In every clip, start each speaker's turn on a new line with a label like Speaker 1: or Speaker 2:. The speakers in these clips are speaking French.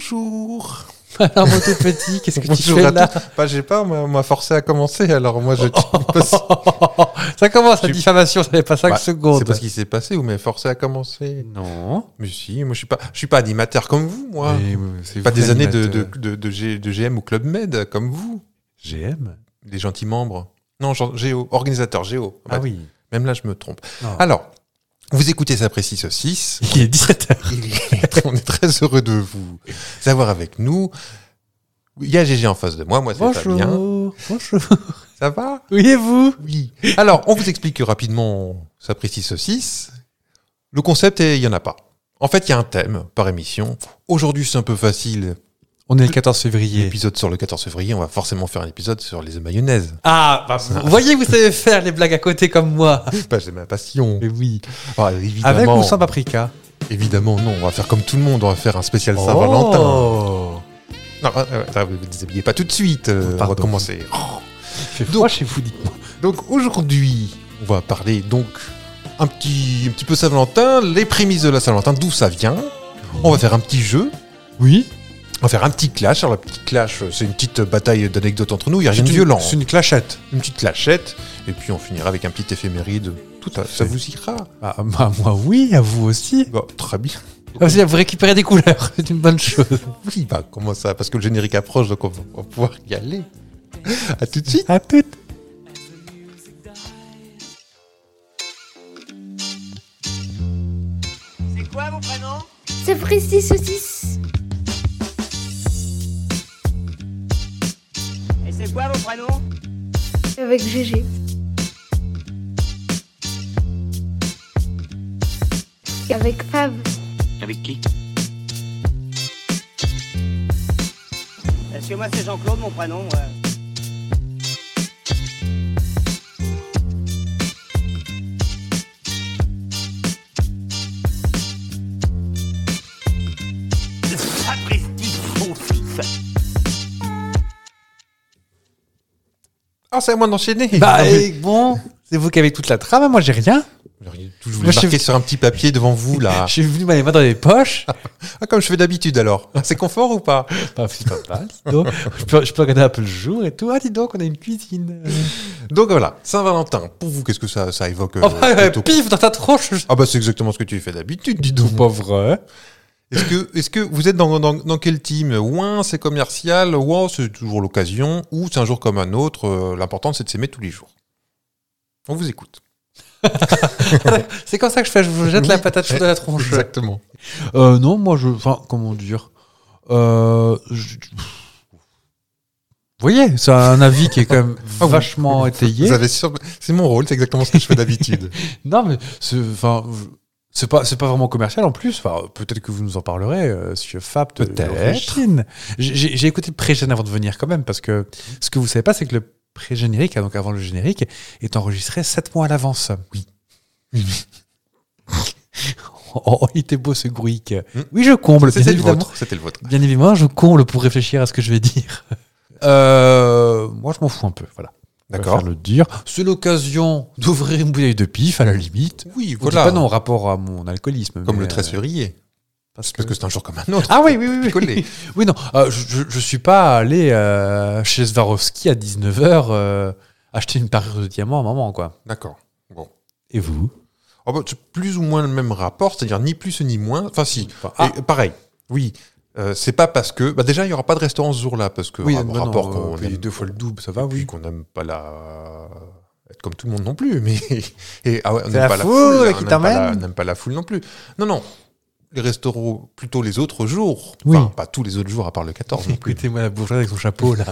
Speaker 1: Bonjour.
Speaker 2: Alors, mon tout petit, qu'est-ce que tu
Speaker 1: Bonjour
Speaker 2: fais
Speaker 1: à
Speaker 2: là
Speaker 1: Bah, j'ai pas, on m'a- on m'a forcé à commencer, alors moi
Speaker 2: Oh,
Speaker 1: je.
Speaker 2: Ça commence, la
Speaker 1: Tu-
Speaker 2: diffamation, ça fait pas 5
Speaker 1: Bah,
Speaker 2: secondes.
Speaker 1: C'est parce qu'il s'est passé, vous m'avez forcé à commencer.
Speaker 2: oh, Non.
Speaker 1: Mais si, moi je suis pas, je suis pas animateur comme vous, moi.
Speaker 2: Mais,
Speaker 1: pas des années de, de, de, de G- de GM ou Club Med comme vous,
Speaker 2: GM
Speaker 1: des gentils membres. Non, gen- Géo, organisateur Géo.
Speaker 2: Ah oui. Ah.
Speaker 1: Même là, je me trompe.
Speaker 2: Non.
Speaker 1: Alors, vous écoutez ça précis au 6.
Speaker 2: Il est 17h.
Speaker 1: On est très heureux de vous avoir avec nous. Il y a GG en face de moi, moi c'est Fabien.
Speaker 2: Bonjour. Bonjour.
Speaker 1: Ça va
Speaker 2: Oui, et vous
Speaker 1: Oui. Alors, on vous explique rapidement ça précise saucisse. Le concept est il y en a pas. En fait, il y a un thème par émission. Aujourd'hui, c'est un peu facile.
Speaker 2: On est le 14 février.
Speaker 1: L'épisode sur le 14 février, on va forcément faire un épisode sur les œufs mayonnaise.
Speaker 2: Ah, bah, vous voyez, vous savez faire les blagues à côté comme moi.
Speaker 1: Bah, c'est ma passion.
Speaker 2: Mais Eh oui.
Speaker 1: Ah, évidemment,
Speaker 2: Ah. Avec ou sans paprika
Speaker 1: évidemment, non. On va faire comme tout le monde. On va faire un spécial Saint-Valentin.
Speaker 2: Oh.
Speaker 1: Non, euh, attends, vous ne déshabillez pas tout de suite. euh, on va
Speaker 2: Pardon.
Speaker 1: commencer.
Speaker 2: Fait froid chez vous, dites-moi.
Speaker 1: Donc aujourd'hui, on va parler donc un petit, un petit peu Saint-Valentin, les prémices de la Saint-Valentin, d'où ça vient. On va faire un petit jeu.
Speaker 2: Oui.
Speaker 1: On va faire un petit clash. Alors, le petit clash, c'est une petite bataille d'anecdotes entre nous. Il n'y a rien de violent.
Speaker 2: C'est une clashette.
Speaker 1: Une petite clashette. Et puis, on finira avec un petit éphéméride. Tout ça, ça vous ira.
Speaker 2: Ah, bah, moi, oui, à vous aussi.
Speaker 1: Bah, très bien.
Speaker 2: Ah, c'est- vous récupérez des couleurs, c'est une bonne chose.
Speaker 1: Oui, bah, comment ça Parce que le générique approche, donc on va, on va pouvoir y aller. À tout de suite.
Speaker 2: À toutes.
Speaker 3: C'est quoi vos prénoms
Speaker 4: Ça ferait 6 saucisses.
Speaker 3: Et c'est quoi vos prénoms
Speaker 4: Avec GG. Et Avec Fab.
Speaker 3: Avec qui Parce que moi c'est Jean-Claude mon prénom. ouais.
Speaker 1: Ah, c'est à moi d'enchaîner.
Speaker 2: Bah,
Speaker 1: Ah, mais-
Speaker 2: eh, bon, c'est vous qui avez toute la trame, moi j'ai rien.
Speaker 1: je vous
Speaker 2: moi,
Speaker 1: l'ai
Speaker 2: je-
Speaker 1: marqué sur un petit papier devant vous, là.
Speaker 2: Je suis venu mettre les mains dans les poches.
Speaker 1: Ah, comme je fais d'habitude, alors. C'est confort ou pas
Speaker 2: Bah, c'est pas mal, dis donc. je, peux, je peux regarder un peu le jour et tout. Ah, dis donc, on a une cuisine. Euh,
Speaker 1: Donc voilà, Saint-Valentin, pour vous, qu'est-ce que ça, ça évoque euh,
Speaker 2: oh, bah,
Speaker 1: plutôt
Speaker 2: pif dans ta tronche.
Speaker 1: Ah bah c'est exactement ce que tu fais d'habitude, dis donc.
Speaker 2: Pauvre.
Speaker 1: Est-ce que, est que vous êtes dans, dans, dans quel team Ouin, c'est commercial, ouin, c'est toujours l'occasion, ou c'est un jour comme un autre, euh, l'important c'est de s'aimer tous les jours. On vous écoute.
Speaker 2: C'est comme ça que je fais, je vous jette la patate chaude à la tronche.
Speaker 1: Exactement.
Speaker 2: Euh, non, moi, je. Enfin, comment dire euh, je- Vous voyez, c'est un avis qui est quand même
Speaker 1: Ah oui.
Speaker 2: vachement étayé.
Speaker 1: Vous avez sur- C'est mon rôle, c'est exactement ce que je fais d'habitude.
Speaker 2: Non, mais c'est, enfin, je- c'est pas, c'est pas vraiment commercial en plus. Enfin, peut-être que vous nous en parlerez, euh, Monsieur Fab. de
Speaker 1: Peut-être.
Speaker 2: l'origine. J'ai- J'ai j'ai écouté le pré-gène avant de venir quand même, parce que ce que vous savez pas, c'est que le pré-générique, hein, donc avant le générique, est enregistré 7 mois à l'avance. Oui. oh, il était beau ce Grouic.
Speaker 1: Hmm.
Speaker 2: Oui, je comble, bien
Speaker 1: C'était le
Speaker 2: Mm. évidemment.
Speaker 1: vôtre. C'était le vôtre.
Speaker 2: Bien évidemment, je comble pour réfléchir à ce que je vais dire. Euh, moi, je m'en fous un peu, voilà.
Speaker 1: D'accord.
Speaker 2: Je préfère le dire. C'est l'occasion d'ouvrir une bouteille de pif à la limite.
Speaker 1: Oui,
Speaker 2: On dit
Speaker 1: voilà.
Speaker 2: pas non en rapport à mon alcoolisme.
Speaker 1: Comme
Speaker 2: mais,
Speaker 1: le 13
Speaker 2: euh,
Speaker 1: février.
Speaker 2: parce que-
Speaker 1: Parce que c'est un jour comme un autre.
Speaker 2: Ah oui, oui, oui, oui.
Speaker 1: Picoler.
Speaker 2: Oui, non, euh, je, je- je suis pas allé euh, chez Swarovski à 19h acheter une parure de diamant à maman, quoi.
Speaker 1: D'accord. Bon.
Speaker 2: Et vous
Speaker 1: Oh bah, c'est plus ou moins le même rapport, c'est-à-dire ni plus ni moins. Enfin, si.
Speaker 2: Enfin, ah,
Speaker 1: Et, euh, pareil, oui. Euh, c'est pas parce que. Bah déjà, il n'y aura pas de restaurant ce jour-là, parce que
Speaker 2: oui,
Speaker 1: ah,
Speaker 2: bah non,
Speaker 1: rapport
Speaker 2: euh,
Speaker 1: qu'on
Speaker 2: payer
Speaker 1: aime-
Speaker 2: deux fois le double, ça
Speaker 1: et
Speaker 2: va,
Speaker 1: puis
Speaker 2: oui.
Speaker 1: qu'on n'aime pas la. être comme tout le monde non plus, mais. Et, ah ouais, on
Speaker 2: C'est
Speaker 1: n'aime
Speaker 2: la
Speaker 1: pas la
Speaker 2: foule
Speaker 1: foule.
Speaker 2: qui
Speaker 1: on n'aime pas la-
Speaker 2: t'emmène.
Speaker 1: On n'aime pas la foule non plus. Non, non. Les restaurants, plutôt les autres jours.
Speaker 2: Oui.
Speaker 1: Enfin, pas tous les autres jours à part le 14 non plus.
Speaker 2: Écoutez-moi la bourgeoise avec son chapeau, là.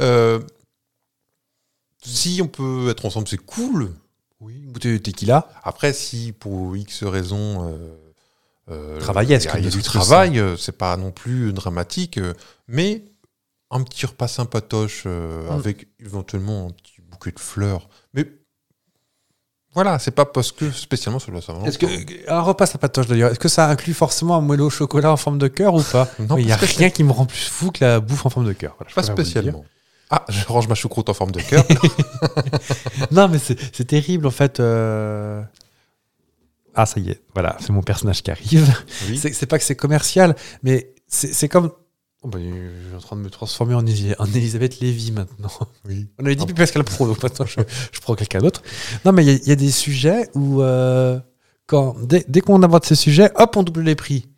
Speaker 1: Euh, si on peut être ensemble, c'est cool.
Speaker 2: oui, une bouteille de tequila.
Speaker 1: Après, si pour X raisons. euh, euh,
Speaker 2: Travaillesque,
Speaker 1: Il y a
Speaker 2: de
Speaker 1: du
Speaker 2: toute façon.
Speaker 1: travail, euh, c'est pas non plus dramatique, euh, mais un petit repas sympatoche euh,
Speaker 2: Mm.
Speaker 1: avec éventuellement un petit bouquet de fleurs. Mais voilà, c'est pas parce que spécialement sur le Saint-Valentin.
Speaker 2: Est-ce que un repas ça patoche d'ailleurs Est-ce que ça inclut forcément un moello au chocolat en forme de cœur ou pas
Speaker 1: Non,
Speaker 2: Mais il y a
Speaker 1: parce que
Speaker 2: rien qui me rend plus fou que la bouffe en forme de cœur. Voilà, je
Speaker 1: Pas
Speaker 2: préfère vous le dire.
Speaker 1: spécialement. Ah, je range ma choucroute en forme de cœur.
Speaker 2: Non, mais c'est c'est terrible en fait. euh, Ah, ça y est, voilà, c'est mon personnage qui arrive.
Speaker 1: Oui.
Speaker 2: C'est c'est pas que c'est commercial, mais c'est c'est comme. Oh, bah, je suis en train de me transformer en, Elis- en Elisabeth Lévy maintenant.
Speaker 1: Oui.
Speaker 2: On avait dit plus Pascal Pro, donc maintenant je, je prends quelqu'un d'autre. Non, mais il y a- il y, a des sujets où, euh, quand, dès, dès qu'on aborde ces sujets, hop, on double les prix.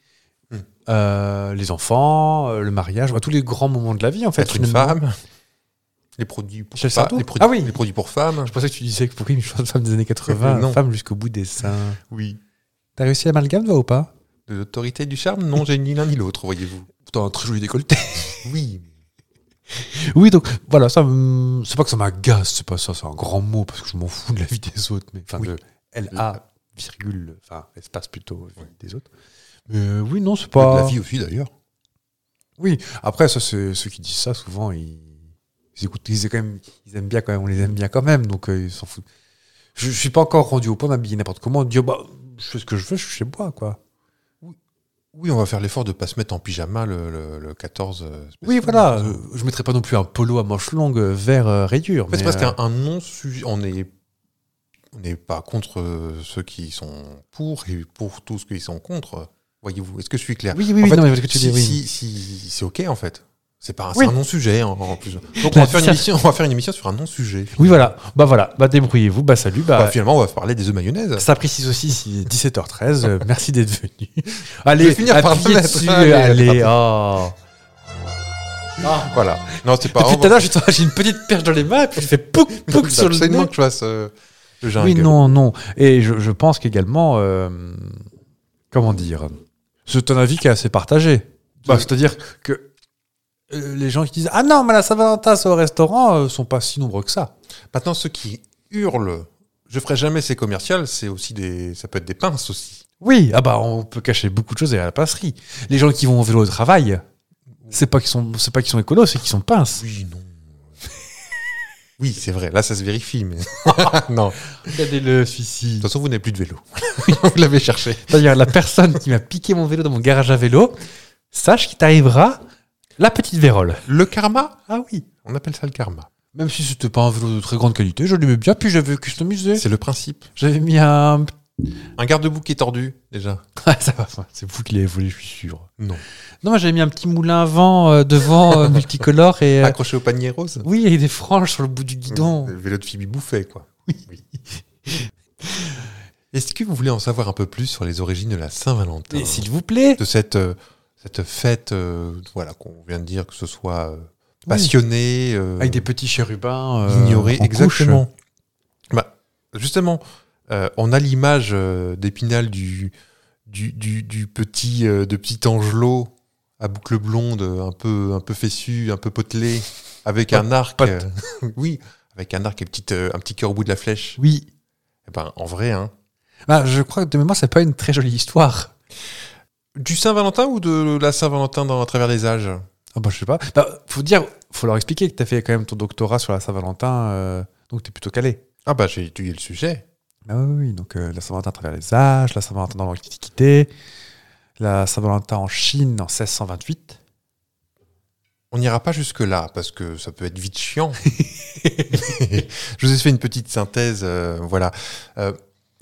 Speaker 1: Hmm.
Speaker 2: Euh, les enfants, euh, le mariage, bah, tous les grands moments de la vie en fait.
Speaker 1: Être une
Speaker 2: finalement.
Speaker 1: femme. Les produits pour
Speaker 2: Michel
Speaker 1: fa-
Speaker 2: Sardou
Speaker 1: les produits,
Speaker 2: Ah oui.
Speaker 1: les produits pour femmes.
Speaker 2: Je pensais que tu disais que pourquoi une chanson de femme des années 80,
Speaker 1: Non.
Speaker 2: femme jusqu'au bout des seins.
Speaker 1: Oui.
Speaker 2: T'as réussi l'amalgame, toi ou pas
Speaker 1: De l'autorité et du charme Non, j'ai ni l'un ni l'autre, voyez-vous.
Speaker 2: T'as un très joli décolleté.
Speaker 1: Oui.
Speaker 2: Oui, donc voilà, ça, hum, c'est pas que ça m'agace, c'est pas ça, c'est un grand mot parce que je m'en fous de la vie des autres, mais enfin
Speaker 1: Oui.
Speaker 2: de LA, virgule, enfin espace plutôt vie des autres. Mais euh, oui, non, c'est pas.
Speaker 1: De la vie aussi, d'ailleurs.
Speaker 2: Oui, après ça, c'est ceux qui disent ça souvent, ils, ils écoutent, ils, quand même, ils aiment bien quand même, on les aime bien quand même, donc euh, ils s'en foutent. Je, je suis pas encore rendu au point d'habiller n'importe comment, de dire bah je fais ce que je veux, je suis chez moi quoi.
Speaker 1: Oui, on va faire l'effort de pas se mettre en pyjama le, le- le 14. euh, spécial.
Speaker 2: Oui, voilà, euh, je mettrai pas non plus un polo à manches longues euh, vert euh, rayure.
Speaker 1: En fait, c'est
Speaker 2: mais,
Speaker 1: parce
Speaker 2: euh,
Speaker 1: qu'un un non-sujet. On est. On n'est pas contre euh, ceux qui sont pour et pour tous ceux qui sont contre. Voyez-vous, est-ce que je suis clair
Speaker 2: Oui, oui,
Speaker 1: En
Speaker 2: oui,
Speaker 1: fait,
Speaker 2: non, mais ce que tu
Speaker 1: si,
Speaker 2: dis, oui.
Speaker 1: si- si- c'est ok en fait. C'est pas c'est
Speaker 2: Oui.
Speaker 1: un non-sujet en, en plus. Donc on
Speaker 2: La
Speaker 1: va, faire une
Speaker 2: seule-
Speaker 1: émission, on va faire une émission sur un non-sujet.
Speaker 2: Oui, voilà. Bah voilà, bah débrouillez-vous, bah salut, bah.
Speaker 1: Bah, finalement, on va parler des œufs mayonnaise.
Speaker 2: ça précise aussi si 17h13. euh, merci d'être venu. Allez,
Speaker 1: Je vais finir par
Speaker 2: appuyez
Speaker 1: le mettre,
Speaker 2: dessus. Allez,
Speaker 1: allez,
Speaker 2: oh.
Speaker 1: Voilà. Non, c'est pas.
Speaker 2: Depuis
Speaker 1: on
Speaker 2: ah. tout à
Speaker 1: va-
Speaker 2: l'heure, j'ai j'ai une petite perche dans les mains, puis je fais pouc pouc
Speaker 1: C'est
Speaker 2: sur le
Speaker 1: absolument
Speaker 2: nez.
Speaker 1: que tu fasses euh, le jungle.
Speaker 2: Oui, non, non. Et je, je pense qu'également, euh, comment dire, c'est un avis qui est assez partagé.
Speaker 1: Bah,
Speaker 2: C'est-à-dire que euh, les gens qui disent Ah non, mais la Saint-Valentin, c'est au restaurant, euh, sont pas si nombreux que ça.
Speaker 1: Maintenant, ceux qui hurlent, je ferai jamais ces commerciales, c'est aussi des, ça peut être des pinces aussi.
Speaker 2: Oui, ah bah on peut cacher beaucoup de choses à la passerie. Les gens qui vont en vélo au travail, c'est pas qu'ils sont, c'est pas qu'ils sont écolos, c'est qu'ils sont pinces.
Speaker 1: Oui, non. oui, c'est vrai. Là, ça se vérifie, mais non. De
Speaker 2: Regardez-le, celui-ci.
Speaker 1: toute façon, vous n'avez plus de vélo. vous l'avez cherché.
Speaker 2: D'ailleurs, la personne qui m'a piqué mon vélo dans mon garage à vélo, sache qu'il t'arrivera la petite vérole.
Speaker 1: Le karma,
Speaker 2: Ah oui.
Speaker 1: on appelle ça le karma.
Speaker 2: Même si c'était pas un vélo de très grande qualité, je l'aimais bien, puis j'avais customisé.
Speaker 1: C'est le principe.
Speaker 2: J'avais mis un.
Speaker 1: Un garde-boue qui est tordu déjà.
Speaker 2: Ah, ça va, c'est vous qui l'avez volé, je suis sûr.
Speaker 1: Non.
Speaker 2: Non, moi, j'avais mis un petit moulin à vent euh, devant euh, multicolore et. euh,
Speaker 1: Accroché au panier rose.
Speaker 2: oui, et des franges sur le bout du guidon.
Speaker 1: Le vélo de Phoebe Bouffet, quoi. Oui. Est-ce que vous voulez en savoir un peu plus sur les origines de la Saint-Valentin
Speaker 2: Et s'il vous plaît.
Speaker 1: De cette, euh, cette fête, euh, voilà, qu'on vient de dire que ce soit euh,
Speaker 2: Oui.
Speaker 1: passionnée, euh,
Speaker 2: Avec des petits chérubins. euh,
Speaker 1: ignorée,
Speaker 2: en couche.
Speaker 1: exactement. Bah, justement, euh, on a l'image euh, d'Épinal du, du, du, du petit, euh, de petit Angelot à boucle blonde, euh, un peu, un peu fessu, un peu potelé, avec
Speaker 2: Pot-
Speaker 1: un arc.
Speaker 2: pote.
Speaker 1: euh, oui, avec un arc et petite, euh, un petit cœur au bout de la flèche.
Speaker 2: Oui.
Speaker 1: Eh ben, en vrai, hein.
Speaker 2: Bah, je crois que de mémoire, c'est pas une très jolie histoire.
Speaker 1: Du Saint-Valentin ou de la Saint-Valentin dans- à travers les âges
Speaker 2: Ah bah, je sais pas. Bah, faut dire, faut leur expliquer que t'as fait quand même ton doctorat sur la Saint-Valentin, euh, donc t'es plutôt calé.
Speaker 1: Ah bah j'ai étudié le sujet.
Speaker 2: Ah oui, oui, donc euh, la Saint-Valentin à travers les âges, la Saint-Valentin dans l'Antiquité, la Saint-Valentin en Chine en 1628.
Speaker 1: On n'ira pas jusque-là, parce que ça peut être vite chiant. Je vous ai fait une petite synthèse, euh, voilà. Euh,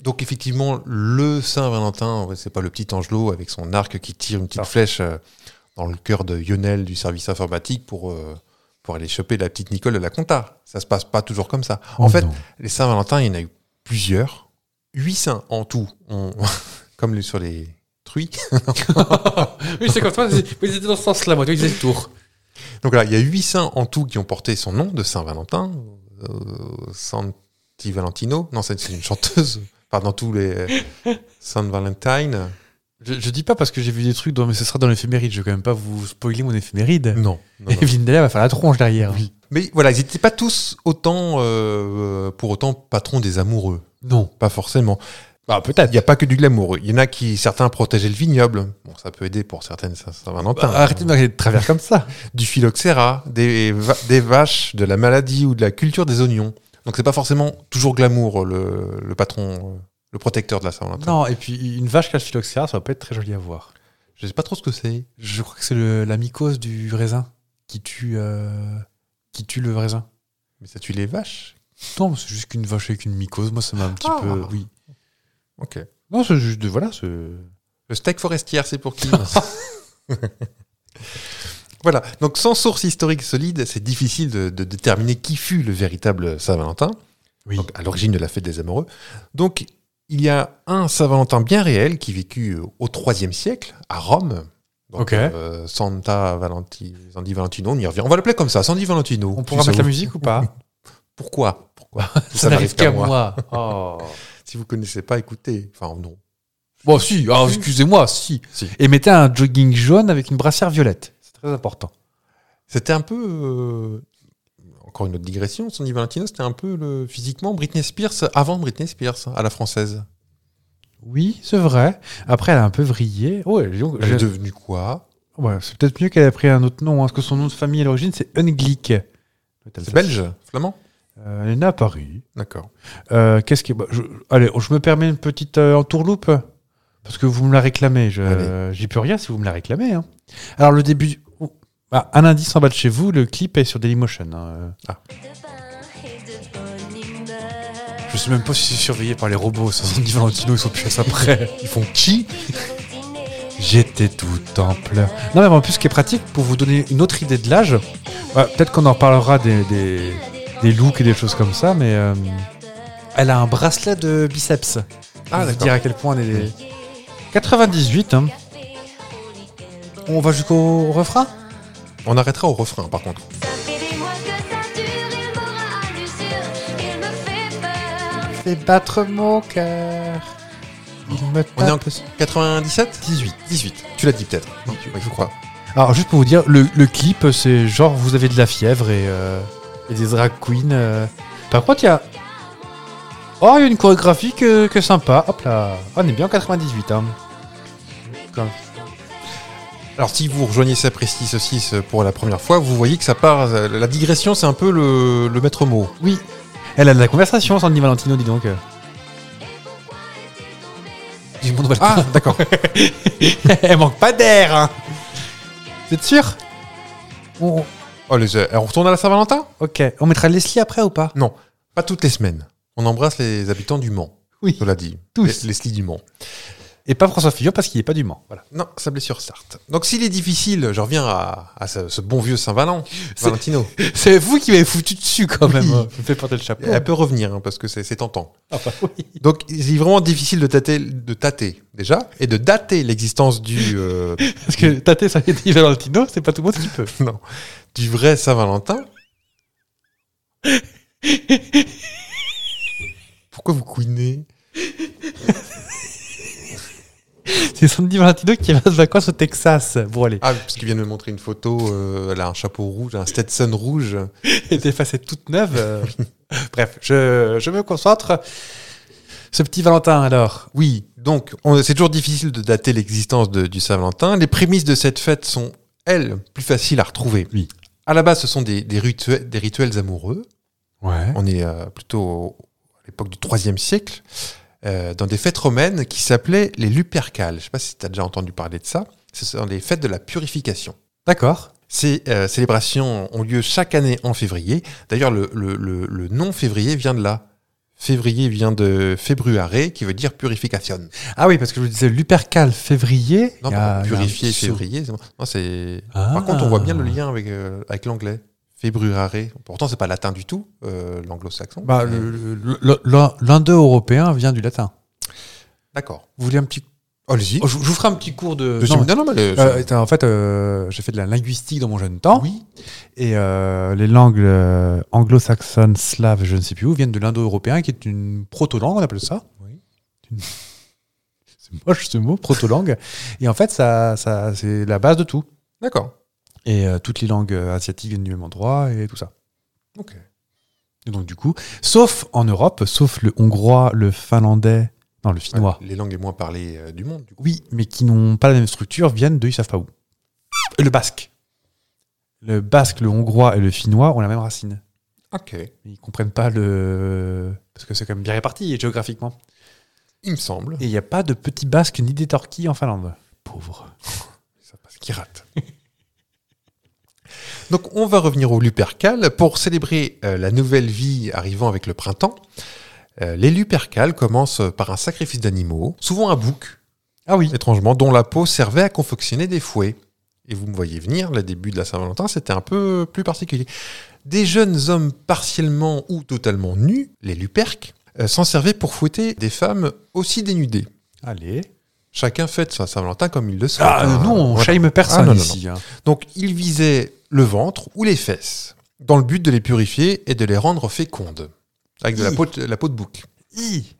Speaker 1: donc effectivement, le Saint-Valentin, ouais, c'est pas le petit Angelot avec son arc qui tire une petite
Speaker 2: Ah.
Speaker 1: flèche euh, dans le cœur de Lionel du service informatique pour, euh, pour aller choper la petite Nicole de la compta. Ça se passe pas toujours comme ça. En fait, les Saint-Valentin, il y en a eu plusieurs. Huit saints en tout. On- Comme les- sur les truies.
Speaker 2: oui, c'est comme toi, vous étiez dans ce sens-là, moi, tu disais le tour.
Speaker 1: Donc là, il y a huit saints en tout qui ont porté son nom de Saint Valentin, euh, Santi Valentino. Non, c'est c'est une chanteuse. Pardon, tous les Saint Valentine.
Speaker 2: Je, je dis pas parce que j'ai vu des trucs, dans, mais ce sera dans l'éphéméride, je vais quand même pas vous spoiler mon éphéméride.
Speaker 1: Non. non, non.
Speaker 2: Et Vindela va faire la tronche derrière.
Speaker 1: Mais voilà, ils n'étaient pas tous autant, euh, pour autant, patrons des amoureux.
Speaker 2: Non.
Speaker 1: Pas forcément. Bah, peut-être. Il n'y a pas que du glamour. Il y en a qui, certains protégeaient le vignoble. Bon, ça peut aider pour certaines Saint-Valentin.
Speaker 2: Arrêtez de me regarder de travers comme ça.
Speaker 1: du phylloxéra, des, va- des vaches, de la maladie ou de la culture des oignons. Donc c'est pas forcément toujours glamour le, le patron, euh, le protecteur de la Saint-Valentin.
Speaker 2: Non, et puis une vache qui a le phylloxéra, ça va pas être très joli à voir.
Speaker 1: Je sais pas trop ce que c'est.
Speaker 2: Je crois que c'est le- la mycose du raisin qui tue, euh, qui tue le raisin.
Speaker 1: Mais ça tue les vaches.
Speaker 2: Non, c'est juste qu'une vache avec une mycose, moi ça m'a un petit
Speaker 1: Ah.
Speaker 2: peu. Oui.
Speaker 1: Ok.
Speaker 2: Non, c'est juste de. Voilà, c'est.
Speaker 1: Le steak forestière, c'est pour qui Voilà, donc sans source historique solide, c'est difficile de, de déterminer qui fut le véritable Saint-Valentin,
Speaker 2: Oui.
Speaker 1: donc à l'origine de la fête des amoureux. Donc il y a un Saint-Valentin bien réel qui vécut au IIIe siècle à Rome. Donc,
Speaker 2: Ok.
Speaker 1: euh, Santa Valenti, Sandy Valentino, on y revient. On va l'appeler comme ça, Sandy Valentino.
Speaker 2: On pourra
Speaker 1: Tu sais
Speaker 2: mettre la
Speaker 1: où.
Speaker 2: musique ou pas
Speaker 1: Pourquoi Pourquoi
Speaker 2: Ça n'arrive qu'à moi. Oh.
Speaker 1: Si vous connaissez pas, écoutez. Enfin, non.
Speaker 2: Bon, si, ah, excusez-moi, si.
Speaker 1: Si.
Speaker 2: Et mettez un jogging jaune avec une brassière violette. C'est très important.
Speaker 1: C'était un peu. euh, encore une autre digression. Sandy Valentino, c'était un peu le, physiquement Britney Spears avant Britney Spears hein, à la française.
Speaker 2: Oui, c'est vrai. Après, elle a un peu vrillé. Ouais, dis donc,
Speaker 1: Elle
Speaker 2: j'ai-
Speaker 1: est devenue quoi
Speaker 2: ouais, c'est peut-être mieux qu'elle ait pris un autre nom, hein, parce que son nom de famille à l'origine, c'est Unglick.
Speaker 1: C'est belge Flamand
Speaker 2: Euh, elle est née à Paris.
Speaker 1: D'accord.
Speaker 2: Euh, Qu'est-ce que. bah, je- allez, je me permets une petite euh, entourloupe, parce que vous me la réclamez. Je-
Speaker 1: Allez.
Speaker 2: J'y peux rien si vous me la réclamez. hein. Alors, le début. du- oh, ah, un indice en bas de chez vous, le clip est sur Dailymotion. hein. Je sais même pas si c'est surveillé par les robots. Ça, Sandy Valentino, ils sont plus à ça près. Ils font qui J'étais tout en pleurs. Non, mais en plus, ce qui est pratique pour vous donner une autre idée de l'âge, ouais, peut-être qu'on en parlera des, des, des looks et des choses comme ça, mais euh, elle a un bracelet de biceps.
Speaker 1: Ah,
Speaker 2: Pour vous
Speaker 1: d'accord.
Speaker 2: dire à quel point elle est. 98, hein. On va jusqu'au refrain
Speaker 1: On arrêtera au refrain, par contre.
Speaker 2: Fais battre mon cœur. Il me
Speaker 1: On est en
Speaker 2: tape-
Speaker 1: 97 18. 18. Tu l'as dit peut-être. Oui, je crois.
Speaker 2: Alors juste pour vous dire, le, le clip, c'est genre vous avez de la fièvre et, euh, et des drag queens. euh. Par contre, il y a... Oh, il y a une chorégraphie que, que sympa. Hop là. On est bien en 98. Hein. Comme-
Speaker 1: Alors, si vous rejoignez sa Presti 6 pour la première fois, vous voyez que ça part. euh, La digression, c'est un peu le, le maître mot.
Speaker 2: Oui. Elle a de la conversation, Sandy Valentino, dis donc. Du monde Valentino.
Speaker 1: Ah, d'accord.
Speaker 2: Elle manque pas d'air. Hein. Vous êtes sûr On-
Speaker 1: Oh, les- euh, on retourne à la Saint-Valentin
Speaker 2: Ok. On mettra Leslie après ou pas
Speaker 1: Pas toutes les semaines. On embrasse les habitants du Mans.
Speaker 2: Oui.
Speaker 1: Cela dit.
Speaker 2: Tous.
Speaker 1: Les, Leslie du Mans.
Speaker 2: Et pas François Fillon parce qu'il est pas du Mans. Voilà.
Speaker 1: Non, Sablé-sur-Sarthe. Donc, s'il est difficile, je reviens à, à ce, ce bon vieux Saint-Valent,
Speaker 2: C'est-
Speaker 1: Valentino.
Speaker 2: C'est vous qui m'avez foutu dessus quand
Speaker 1: même, hein.
Speaker 2: euh, Je me fais porter le chapeau.
Speaker 1: Elle peut revenir, hein, parce que c'est c'est tentant.
Speaker 2: Ah bah oui.
Speaker 1: Donc, c'est vraiment difficile de tâter, de tâter déjà, et de dater l'existence du, euh,
Speaker 2: Parce que tâter ça dit Valentino, c'est pas tout le monde qui peut.
Speaker 1: non, du vrai Saint-Valentin. Pourquoi vous couinez
Speaker 2: C'est Sandy Valentino qui va se vacances au Texas. Bon allez,
Speaker 1: Ah, parce qu'il vient de me montrer une photo, euh, elle a un chapeau rouge, un Stetson rouge.
Speaker 2: elle est effacée toute neuve. euh. Bref, je, je me concentre. Ce petit Valentin alors.
Speaker 1: Oui, donc on- c'est toujours difficile de dater l'existence de- du Saint-Valentin. Les prémices de cette fête sont, elles, plus faciles à retrouver.
Speaker 2: Oui.
Speaker 1: À la base, ce sont des, des rituels- des rituels amoureux.
Speaker 2: Ouais.
Speaker 1: On est euh, plutôt au- à l'époque du IIIe siècle, euh, dans des fêtes romaines qui s'appelaient les Lupercales. Je ne sais pas si tu as déjà entendu parler de ça. Ce sont les fêtes de la purification.
Speaker 2: D'accord.
Speaker 1: Ces euh, célébrations ont lieu chaque année en février. D'ailleurs, le, le- le- le nom février vient de là. Février vient de februare, qui veut dire purification.
Speaker 2: Ah oui, parce que je vous disais Lupercal février.
Speaker 1: Non,
Speaker 2: il
Speaker 1: pardon,
Speaker 2: y a- il y a un
Speaker 1: purifier,
Speaker 2: sou-
Speaker 1: février. c'est bon. Non, c'est.
Speaker 2: Ah.
Speaker 1: Par contre, on voit bien le lien avec, euh, avec l'anglais. Februare. Pourtant, c'est pas latin du tout, euh, l'anglo-saxon.
Speaker 2: Bah,
Speaker 1: Mais-
Speaker 2: le- le- le- l'un- L'indo-européen vient du latin.
Speaker 1: D'accord.
Speaker 2: Vous voulez un petit.
Speaker 1: Allez-y.
Speaker 2: Oh, je, je vous ferai un petit cours de.
Speaker 1: De
Speaker 2: Non,
Speaker 1: séminaire, non, mais le-
Speaker 2: Euh, attends, en fait, euh, j'ai fait de la linguistique dans mon jeune temps. Oui. Et euh, les langues euh, anglo-saxonnes, slaves, je ne sais plus où, viennent de l'indo-européen, qui est une proto-langue, on appelle ça.
Speaker 1: Oui.
Speaker 2: Une- C'est moche ce mot, proto-langue. Et en fait, ça, ça, c'est la base de tout.
Speaker 1: D'accord.
Speaker 2: Et euh, toutes les langues euh, asiatiques viennent du même endroit et tout ça.
Speaker 1: Ok.
Speaker 2: Et donc, du coup, sauf en Europe, sauf le hongrois, le finlandais, non, le
Speaker 1: Ouais,
Speaker 2: finnois.
Speaker 1: les langues les moins parlées euh, du monde, du coup.
Speaker 2: Oui, mais qui n'ont pas la même structure viennent de ils savent pas où. Le basque. Le basque, le hongrois et le finnois ont la même racine.
Speaker 1: Ok.
Speaker 2: Mais Ils comprennent pas le. Parce que c'est quand même bien réparti géographiquement.
Speaker 1: Il me semble.
Speaker 2: Et il n'y a pas de petit basque ni des torquilles en Finlande. Pauvre.
Speaker 1: Ça passe qui rate. Donc, on va revenir au Lupercal pour célébrer euh, la nouvelle vie arrivant avec le printemps. Euh, les Lupercales commencent par un sacrifice d'animaux, souvent un bouc,
Speaker 2: Ah oui.
Speaker 1: étrangement, dont la peau servait à confectionner des fouets. Et vous me voyez venir, le début de la Saint-Valentin, c'était un peu plus particulier. Des jeunes hommes partiellement ou totalement nus, les Luperques, euh, s'en servaient pour fouetter des femmes aussi dénudées.
Speaker 2: Allez.
Speaker 1: Chacun fête sa Saint-Valentin comme il le souhaite.
Speaker 2: Ah,
Speaker 1: hein.
Speaker 2: euh, non, on
Speaker 1: Voilà.
Speaker 2: shame personne
Speaker 1: Ah, non, non,
Speaker 2: ici. hein.
Speaker 1: Donc ils visaient le ventre ou les fesses, dans le but de les purifier et de les rendre fécondes, avec de la,
Speaker 2: Ih.
Speaker 1: peau de, la peau de bouc.
Speaker 2: Hi.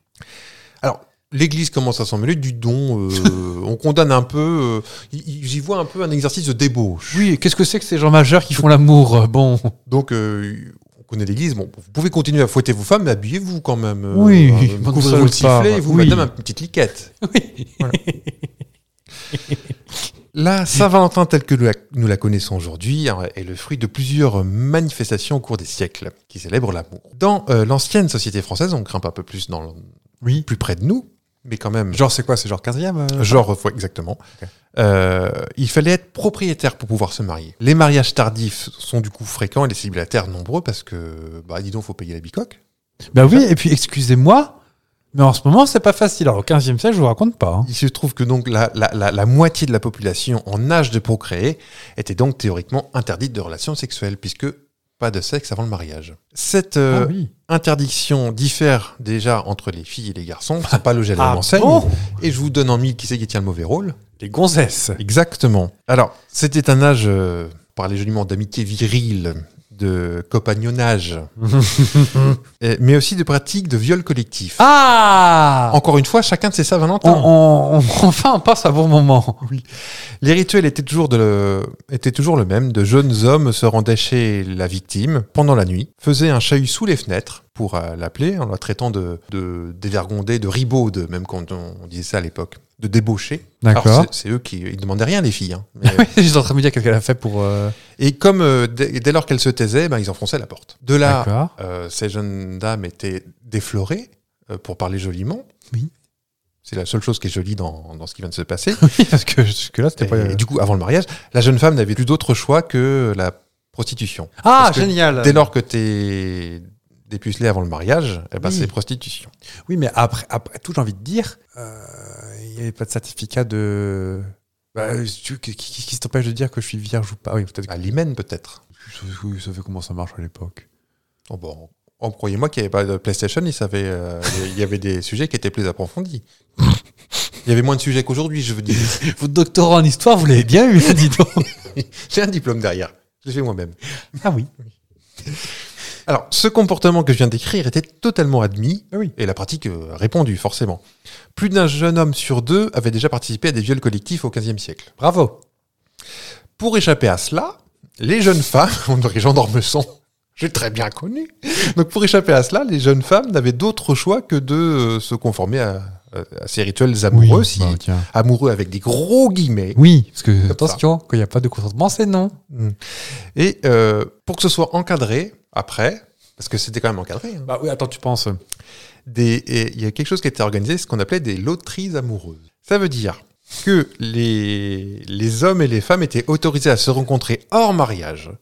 Speaker 1: L'Église commence à s'en mêler du don, euh, on condamne un peu, euh, y- y- j'y vois un peu un exercice de débauche.
Speaker 2: Oui, qu'est-ce que c'est que ces gens majeurs qui font l'amour Bon.
Speaker 1: Donc euh, on connaît l'Église, bon, vous pouvez continuer à fouetter vos femmes, mais habillez-vous quand même. euh,
Speaker 2: Oui,
Speaker 1: euh,
Speaker 2: bonne
Speaker 1: couvrez-vous le
Speaker 2: salopard.
Speaker 1: sifflet et vous,
Speaker 2: Oui.
Speaker 1: madame, une petite liquette.
Speaker 2: Oui.
Speaker 1: La Saint-Valentin telle que nous la, nous la connaissons aujourd'hui hein, est le fruit de plusieurs manifestations au cours des siècles qui célèbrent l'amour. Dans euh, l'ancienne société française, on grimpe un peu plus dans le-
Speaker 2: Oui.
Speaker 1: plus près de nous, mais quand même,
Speaker 2: Genre, c'est quoi C'est genre 15e euh
Speaker 1: genre, euh, ouais, exactement.
Speaker 2: Ok.
Speaker 1: Euh, il fallait être propriétaire pour pouvoir se marier. Les mariages tardifs sont du coup fréquents et les célibataires nombreux parce que, bah, dis donc, faut payer la bicoque.
Speaker 2: Bah oui, et puis excusez-moi, mais en ce moment, c'est pas facile. Alors, au 15e siècle, je vous raconte pas. hein.
Speaker 1: Il se trouve que donc la, la- la- la moitié de la population en âge de procréer était donc théoriquement interdite de relations sexuelles, puisque pas de sexe avant le mariage. Cette euh,
Speaker 2: ah oui.
Speaker 1: interdiction diffère déjà entre les filles et les garçons, c'est pas logé à la même enseigne,
Speaker 2: Ah. bon
Speaker 1: et je vous donne en mille qui c'est qui tient le mauvais rôle.
Speaker 2: Les gonzesses.
Speaker 1: Exactement. Alors, c'était un âge, euh, parlez joliment d'amitié virile, de compagnonnage, et- mais aussi de pratiques de viol collectif.
Speaker 2: Ah
Speaker 1: Encore une fois, chacun de ses Saint-Valentin.
Speaker 2: On- on- on- Enfin, on passe à bon moment.
Speaker 1: Les rituels étaient toujours, de le... étaient toujours le même. De jeunes hommes se rendaient chez la victime pendant la nuit, faisaient un chahut sous les fenêtres, pour euh, l'appeler, en la traitant de, de dévergondée, de ribaude, même quand on, on disait ça à l'époque, de débauché.
Speaker 2: D'accord.
Speaker 1: Alors, c'est c'est eux qui ils demandaient rien, les filles. hein. Mais, euh,
Speaker 2: J'étais en train de me dire qu'est-ce qu'elle a fait pour. euh,
Speaker 1: et comme euh, dès, dès lors qu'elles se taisaient, ben, ils enfonçaient la porte. De là,
Speaker 2: D'accord.
Speaker 1: euh, ces jeunes dames étaient déflorées, euh, pour parler joliment.
Speaker 2: Oui.
Speaker 1: C'est la seule chose qui est jolie dans- dans ce qui vient de se passer.
Speaker 2: Oui, parce que jusque-là, c'était
Speaker 1: Et,
Speaker 2: pas. euh,
Speaker 1: et du coup, avant le mariage, la jeune femme n'avait plus d'autre choix que la prostitution.
Speaker 2: ah,
Speaker 1: parce que
Speaker 2: génial
Speaker 1: Dès lors que t'es dépucelé avant le mariage, eh ben,
Speaker 2: Oui.
Speaker 1: c'est prostitution.
Speaker 2: Oui, mais après, après tout, j'ai envie de dire, euh, il n'y avait pas de certificat de. Bah, tu- qui, qui- qui t'empêche de dire que je suis vierge ou pas Oui, peut-être
Speaker 1: À l'hymen, peut-être.
Speaker 2: que vous savez comment ça marche à l'époque.
Speaker 1: Oh, bon. Oh, croyez-moi qu'il n'y avait pas de PlayStation, il savait, euh, il y avait des sujets qui étaient plus approfondis. Il y avait moins de sujets qu'aujourd'hui, je veux dire.
Speaker 2: Votre doctorat en histoire, vous l'avez bien eu, dis donc
Speaker 1: J'ai un diplôme derrière. Je l'ai fait moi-même.
Speaker 2: Ah oui.
Speaker 1: Alors, ce comportement que je viens de décrire était totalement admis
Speaker 2: Ah oui.
Speaker 1: et la pratique euh, répandue, forcément. Plus d'un jeune homme sur deux avait déjà participé à des viols collectifs au XVe siècle.
Speaker 2: Bravo
Speaker 1: Pour échapper à cela, les jeunes femmes, on dirait Jean d'Ormesson, j'ai très bien connu. Donc pour échapper à cela, les jeunes femmes n'avaient d'autre choix que de euh, se conformer à, à ces rituels amoureux, si-
Speaker 2: bah, tiens.
Speaker 1: amoureux avec des gros guillemets.
Speaker 2: Oui, parce que
Speaker 1: Hop là.
Speaker 2: attention, quand il n'y a pas de consentement, c'est non.
Speaker 1: Et euh, pour que ce soit encadré après, parce que c'était quand même encadré, hein,
Speaker 2: Bah oui, attends, tu penses.
Speaker 1: des- et il y a quelque chose qui était organisé, ce qu'on appelait des loteries amoureuses. Ça veut dire que les, les hommes et les femmes étaient autorisés à se rencontrer hors mariage,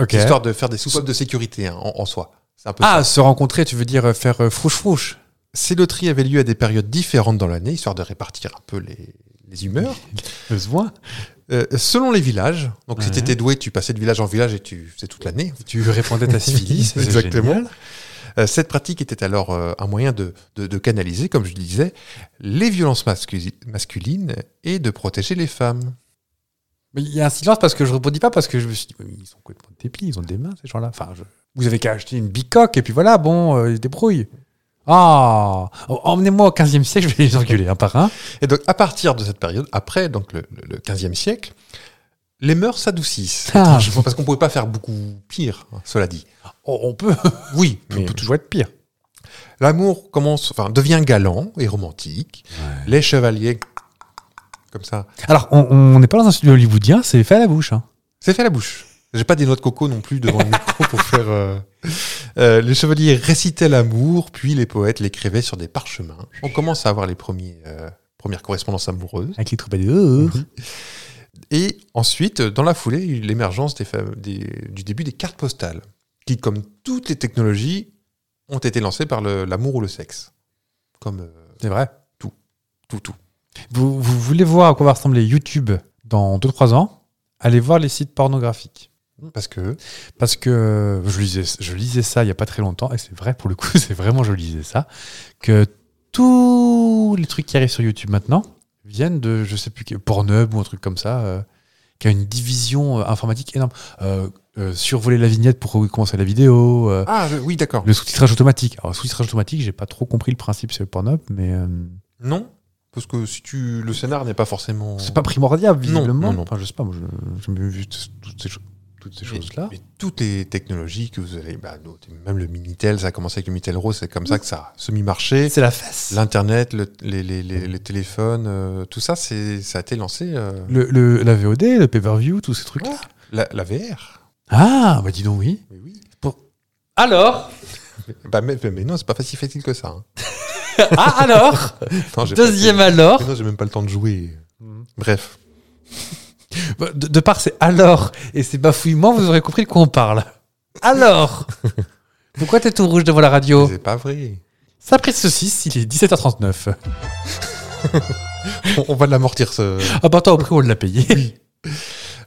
Speaker 2: Ok.
Speaker 1: histoire de faire des soupapes de sécurité hein, en, en soi. C'est un peu
Speaker 2: Ah, se rencontrer, tu veux dire euh, faire euh, frouche-frouche
Speaker 1: Ces loteries avaient lieu à des périodes différentes dans l'année, histoire de répartir un peu les, les humeurs.
Speaker 2: Besoin
Speaker 1: Euh, selon les villages, donc si
Speaker 2: Ouais.
Speaker 1: tu étais doué, tu passais de village en village et tu faisais toute l'année.
Speaker 2: Tu répondais ta syphilis. c'est
Speaker 1: Exactement.
Speaker 2: génial.
Speaker 1: Euh, cette pratique était alors euh, un moyen de, de- de canaliser, comme je disais, les violences mascu- masculines et de protéger les femmes.
Speaker 2: Mais il y a un silence parce que je répondis pas parce que je me suis dit, mais ils sont complètement dépiles, ils ont des mains, ces gens-là. Enfin, je- vous avez qu'à acheter une bicoque et puis voilà, bon, euh, ils se débrouillent. Ah, emmenez-moi au 15e siècle, je vais les engueuler un par un.
Speaker 1: Et donc, à partir de cette période, après donc le, le- le 15e siècle, les mœurs s'adoucissent.
Speaker 2: Ah.
Speaker 1: étrangement, Parce qu'on pouvait pas faire beaucoup pire, hein, cela dit.
Speaker 2: Oh, On, on peut,
Speaker 1: Oui,
Speaker 2: on peut toujours être pire.
Speaker 1: L'amour commence, enfin, devient galant et romantique. Les chevaliers, comme ça.
Speaker 2: Alors, on- on n'est pas dans un studio hollywoodien, c'est fait à la bouche. hein.
Speaker 1: C'est fait à la bouche. J'ai pas des noix de coco non plus devant le micro pour faire. euh, euh, les chevaliers récitaient l'amour, puis les poètes l'écrivaient sur des parchemins. On commence à avoir les premiers, euh, premières correspondances amoureuses.
Speaker 2: Avec les
Speaker 1: Mhm.
Speaker 2: troubadours.
Speaker 1: Et ensuite, dans la foulée, il y a eu l'émergence des fam- des- du début des cartes postales, qui, comme toutes les technologies, ont été lancées par le- l'amour ou le sexe. Comme euh,
Speaker 2: C'est vrai.
Speaker 1: tout, tout.
Speaker 2: Vous, vous voulez voir à quoi va ressembler YouTube dans 2-3 ans Allez voir les sites pornographiques.
Speaker 1: Parce que
Speaker 2: Parce que euh, je lisais, je lisais ça il n'y a pas très longtemps, et c'est vrai pour le coup, c'est vraiment je lisais ça, que tous les trucs qui arrivent sur YouTube maintenant viennent de, je sais plus, quel- Pornhub ou un truc comme ça, euh, qui a une division euh, informatique énorme. Euh, euh, survoler la vignette pour commencer la vidéo, euh,
Speaker 1: ah je- oui d'accord.
Speaker 2: le sous-titrage automatique. Alors, sous-titrage automatique, j'ai pas trop compris le principe sur Pornhub, mais euh,
Speaker 1: Non, parce que si tu le scénar n'est pas forcément.
Speaker 2: c'est pas primordial, visiblement.
Speaker 1: non, non.
Speaker 2: Enfin, je sais pas, moi, je- j'ai vu toutes ces, cho- toutes ces
Speaker 1: Mais-
Speaker 2: choses-là.
Speaker 1: Mais toutes les technologies que vous allez, bah, noter, même le Minitel, ça a commencé avec le Minitel Rose, c'est comme ça que ça a semi-marché.
Speaker 2: C'est la fesse. Mm.
Speaker 1: L'Internet, le- les, les- les- les téléphones, euh, tout ça, c'est- ça a été lancé. euh,
Speaker 2: Le, le- la VOD, le pay-per-view, tous ces trucs-là.
Speaker 1: Ouais. la, la VR.
Speaker 2: Ah, bah dis donc, oui.
Speaker 1: Mais oui.
Speaker 5: Alors
Speaker 1: Bah, mais, mais non, c'est pas facile, facile que ça. hein.
Speaker 5: Ah, alors
Speaker 1: Non, j'ai pas-
Speaker 5: Deuxième alors
Speaker 1: Mais non, j'ai même pas le temps de jouer. Bref.
Speaker 2: Bah, De, de part, c'est alors. Et c'est bafouillement, vous aurez compris de quoi on parle. Alors Pourquoi t'es tout rouge devant la radio
Speaker 5: Oh.
Speaker 1: C'est pas vrai.
Speaker 2: Ça prise saucisse, il est 17h39.
Speaker 1: On, on va l'amortir ce.
Speaker 2: Ah bah attends, au prix où on l'a payé.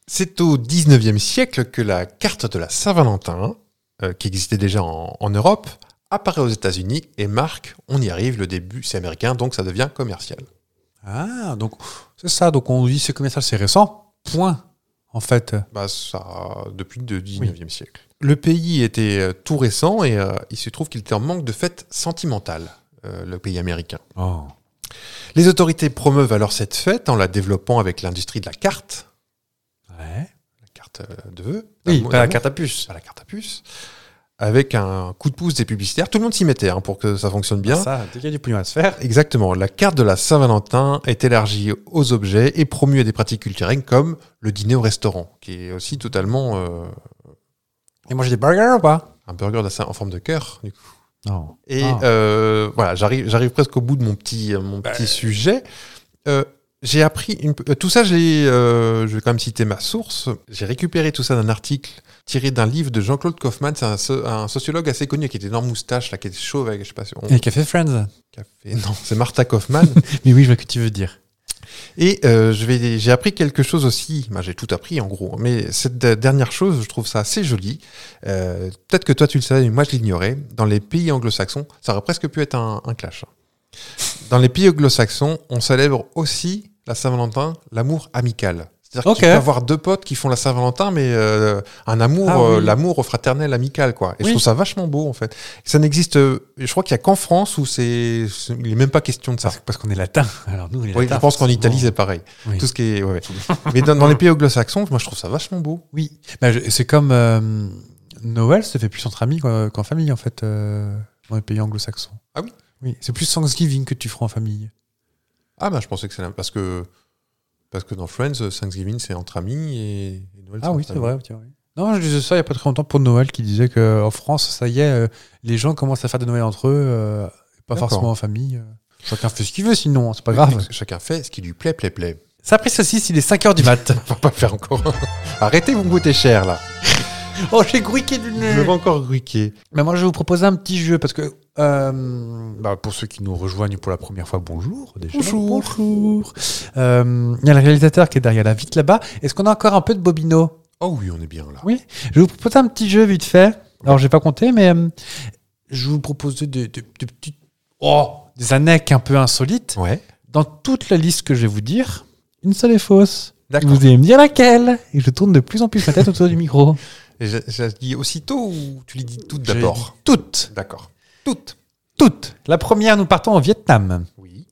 Speaker 1: C'est au 19e siècle que la carte de la Saint-Valentin, euh, qui existait déjà en, en Europe, apparaît aux États-Unis et marque, on y arrive, le début, c'est américain, donc ça devient commercial.
Speaker 2: Ah, donc c'est ça, donc on dit c'est commercial, c'est récent. Point, en fait.
Speaker 1: Bah, ça, depuis le 19e siècle. Le pays était euh, tout récent et euh, il se trouve qu'il était en manque de fêtes sentimentales, euh, le pays américain.
Speaker 2: Oh.
Speaker 1: Les autorités promeuvent alors cette fête en la développant avec l'industrie de la carte,
Speaker 2: Ouais.
Speaker 1: la carte euh, de vœux.
Speaker 2: Oui,
Speaker 1: d'amour-
Speaker 2: pas la
Speaker 1: d'amour.
Speaker 2: carte à puce.
Speaker 1: à la carte à puce, avec un coup de pouce des publicitaires. Tout le monde s'y mettait hein, pour que ça fonctionne bien.
Speaker 2: Ça, dès qu'il y a du pognon à se faire.
Speaker 1: Exactement. La carte de la Saint-Valentin est élargie aux objets et promue à des pratiques culturelles comme le dîner au restaurant, qui est aussi totalement euh,
Speaker 2: Et manger des burgers ou pas
Speaker 1: un burger de la Saint- en forme de cœur. du coup.
Speaker 2: Non.
Speaker 1: Et
Speaker 2: Ah.
Speaker 1: euh, voilà, j'arrive, j'arrive presque au bout de mon petit, euh, mon petit sujet. Euh, j'ai appris une p- euh, tout ça. J'ai, euh, je vais quand même citer ma source. J'ai récupéré tout ça d'un article tiré d'un livre de Jean-Claude Kaufmann, c'est un, so- un sociologue assez connu qui a une énorme moustache, là, qui est chauve, avec, je sais pas si on-
Speaker 2: Et Café Friends.
Speaker 1: café. Non, c'est Martha Kaufmann.
Speaker 2: Mais oui, je vois ce que tu veux dire.
Speaker 1: Et euh, je vais, j'ai appris quelque chose aussi. Ben, j'ai tout appris en gros, mais cette de- dernière chose, je trouve ça assez joli. Euh, Peut-être que toi tu le savais, mais moi je l'ignorais. Dans les pays anglo-saxons, ça aurait presque pu être un, un clash. hein. Dans les pays anglo-saxons, on célèbre aussi la Saint-Valentin, l'amour amical. C'est-à-dire
Speaker 2: Ok.
Speaker 1: que tu peux avoir deux potes qui font la Saint-Valentin, mais euh, un amour,
Speaker 2: Ah
Speaker 1: euh,
Speaker 2: oui.
Speaker 1: l'amour fraternel, amical, quoi. Et je
Speaker 2: Oui.
Speaker 1: trouve ça vachement beau, en fait. Ça n'existe, euh, je crois qu'il y a qu'en France où c'est, c'est- il n'est même pas question de ça.
Speaker 2: Parce, parce qu'on est latin. Alors nous, on est
Speaker 1: Oui, je
Speaker 2: latin,
Speaker 1: pense qu'en Italie
Speaker 2: forcément.
Speaker 1: c'est pareil.
Speaker 2: Oui.
Speaker 1: Tout ce qui est. ouais, ouais. Mais dans, dans les pays anglo-saxons, moi je trouve ça vachement beau.
Speaker 2: Oui, Bah, je- c'est comme euh, Noël se fait plus entre amis qu'en qu'en famille, en fait, euh, dans les pays anglo-saxons.
Speaker 1: Ah oui
Speaker 2: Oui, c'est plus Thanksgiving que tu feras en famille.
Speaker 1: Ah bah je pensais que c'est la- parce que parce que dans Friends, Thanksgiving c'est entre amis et, et Noël.
Speaker 2: Ah oui,
Speaker 1: entre
Speaker 2: c'est
Speaker 1: amis.
Speaker 2: vrai. tiens, oui. Non, je disais ça il n'y a pas très longtemps pour Noël qui disait qu'en France, ça y est, euh, les gens commencent à faire de Noël entre eux, euh, pas
Speaker 1: D'accord.
Speaker 2: forcément en famille. euh. Chacun fait ce qu'il veut sinon, hein, c'est pas grave.
Speaker 1: Chacun fait ce qui lui plaît, plaît, plaît.
Speaker 2: Ça a pris saucisse, il est 5h du mat.
Speaker 1: On va pas le faire encore. Arrêtez, vous me coûtez cher là.
Speaker 2: oh, j'ai grouillé du
Speaker 1: Je vais encore ruquer.
Speaker 2: Mais moi, je vais vous proposer un petit jeu parce que euh, bah, pour ceux qui nous rejoignent pour la première fois, bonjour déjà.
Speaker 1: Bonjour.
Speaker 2: Bonjour. Euh, Il y a le réalisateur qui est derrière la vitre là-bas. Est-ce qu'on a encore un peu de bobino
Speaker 1: Oh oui, on est bien là.
Speaker 2: Je vais vous proposer un petit jeu vite fait. Alors, j'ai pas compté, mais euh, je vais vous proposer des, des- des petites. Oh Des annexes un peu insolites.
Speaker 1: Ouais.
Speaker 2: Dans toute la liste que je vais vous dire, une seule est fausse.
Speaker 1: D'accord.
Speaker 2: Vous allez me dire laquelle Et je tourne de plus en plus ma tête autour du micro.
Speaker 1: Et je, je la dis aussitôt ou tu les dis toutes
Speaker 2: Je les
Speaker 1: d'abord
Speaker 2: dis Toutes
Speaker 1: D'accord. Toutes.
Speaker 2: Toutes La première, nous partons au Vietnam.
Speaker 1: Oui.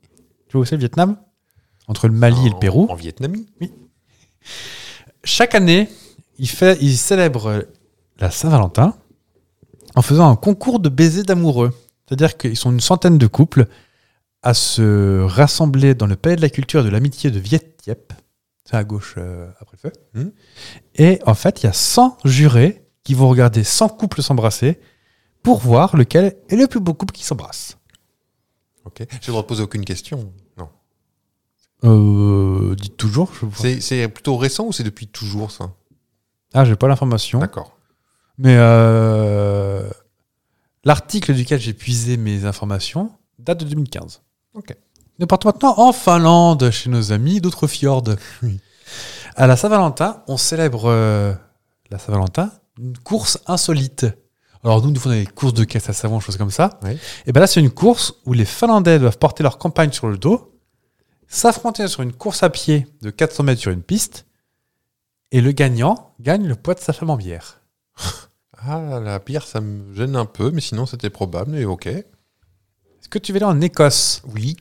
Speaker 2: Tu vois où c'est le Vietnam Entre le Mali et le
Speaker 1: En-
Speaker 2: Pérou.
Speaker 1: En Vietnamie.
Speaker 2: Chaque année, il, fait, il célèbre la Saint-Valentin en faisant un concours de baisers d'amoureux. C'est-à-dire qu'ils sont une centaine de couples à se rassembler dans le palais de la culture et de l'amitié de Viet Thiep. C'est à gauche euh, après le feu.
Speaker 1: Mhm.
Speaker 2: Et en fait, il y a 100 jurés qui vont regarder 100 couples s'embrasser pour voir lequel est le plus beau couple qui s'embrasse.
Speaker 1: Ok. J'ai le droit de poser aucune question. Non.
Speaker 2: Euh, dites toujours. Je vous...
Speaker 1: C'est- C'est plutôt récent ou c'est depuis toujours ça
Speaker 2: Ah, j'ai pas l'information.
Speaker 1: D'accord.
Speaker 2: Mais euh, L'article duquel j'ai puisé mes informations date de 2015.
Speaker 1: Ok.
Speaker 2: Nous partons maintenant en Finlande, chez nos amis d'autres fjords. À la Saint-Valentin, on célèbre euh, la Saint-Valentin, une course insolite. Alors nous, nous faisons des courses de caisse à savon, choses comme ça.
Speaker 1: Oui.
Speaker 2: Et bien là, c'est une course où les Finlandais doivent porter leur campagne sur le dos, s'affronter sur une course à pied de 400 mètres sur une piste, et le gagnant gagne le poids de sa femme en bière.
Speaker 1: Ah, la bière, ça me gêne un peu, mais sinon, c'était probable, et ok.
Speaker 2: Est-ce que tu vas aller en Écosse Oui.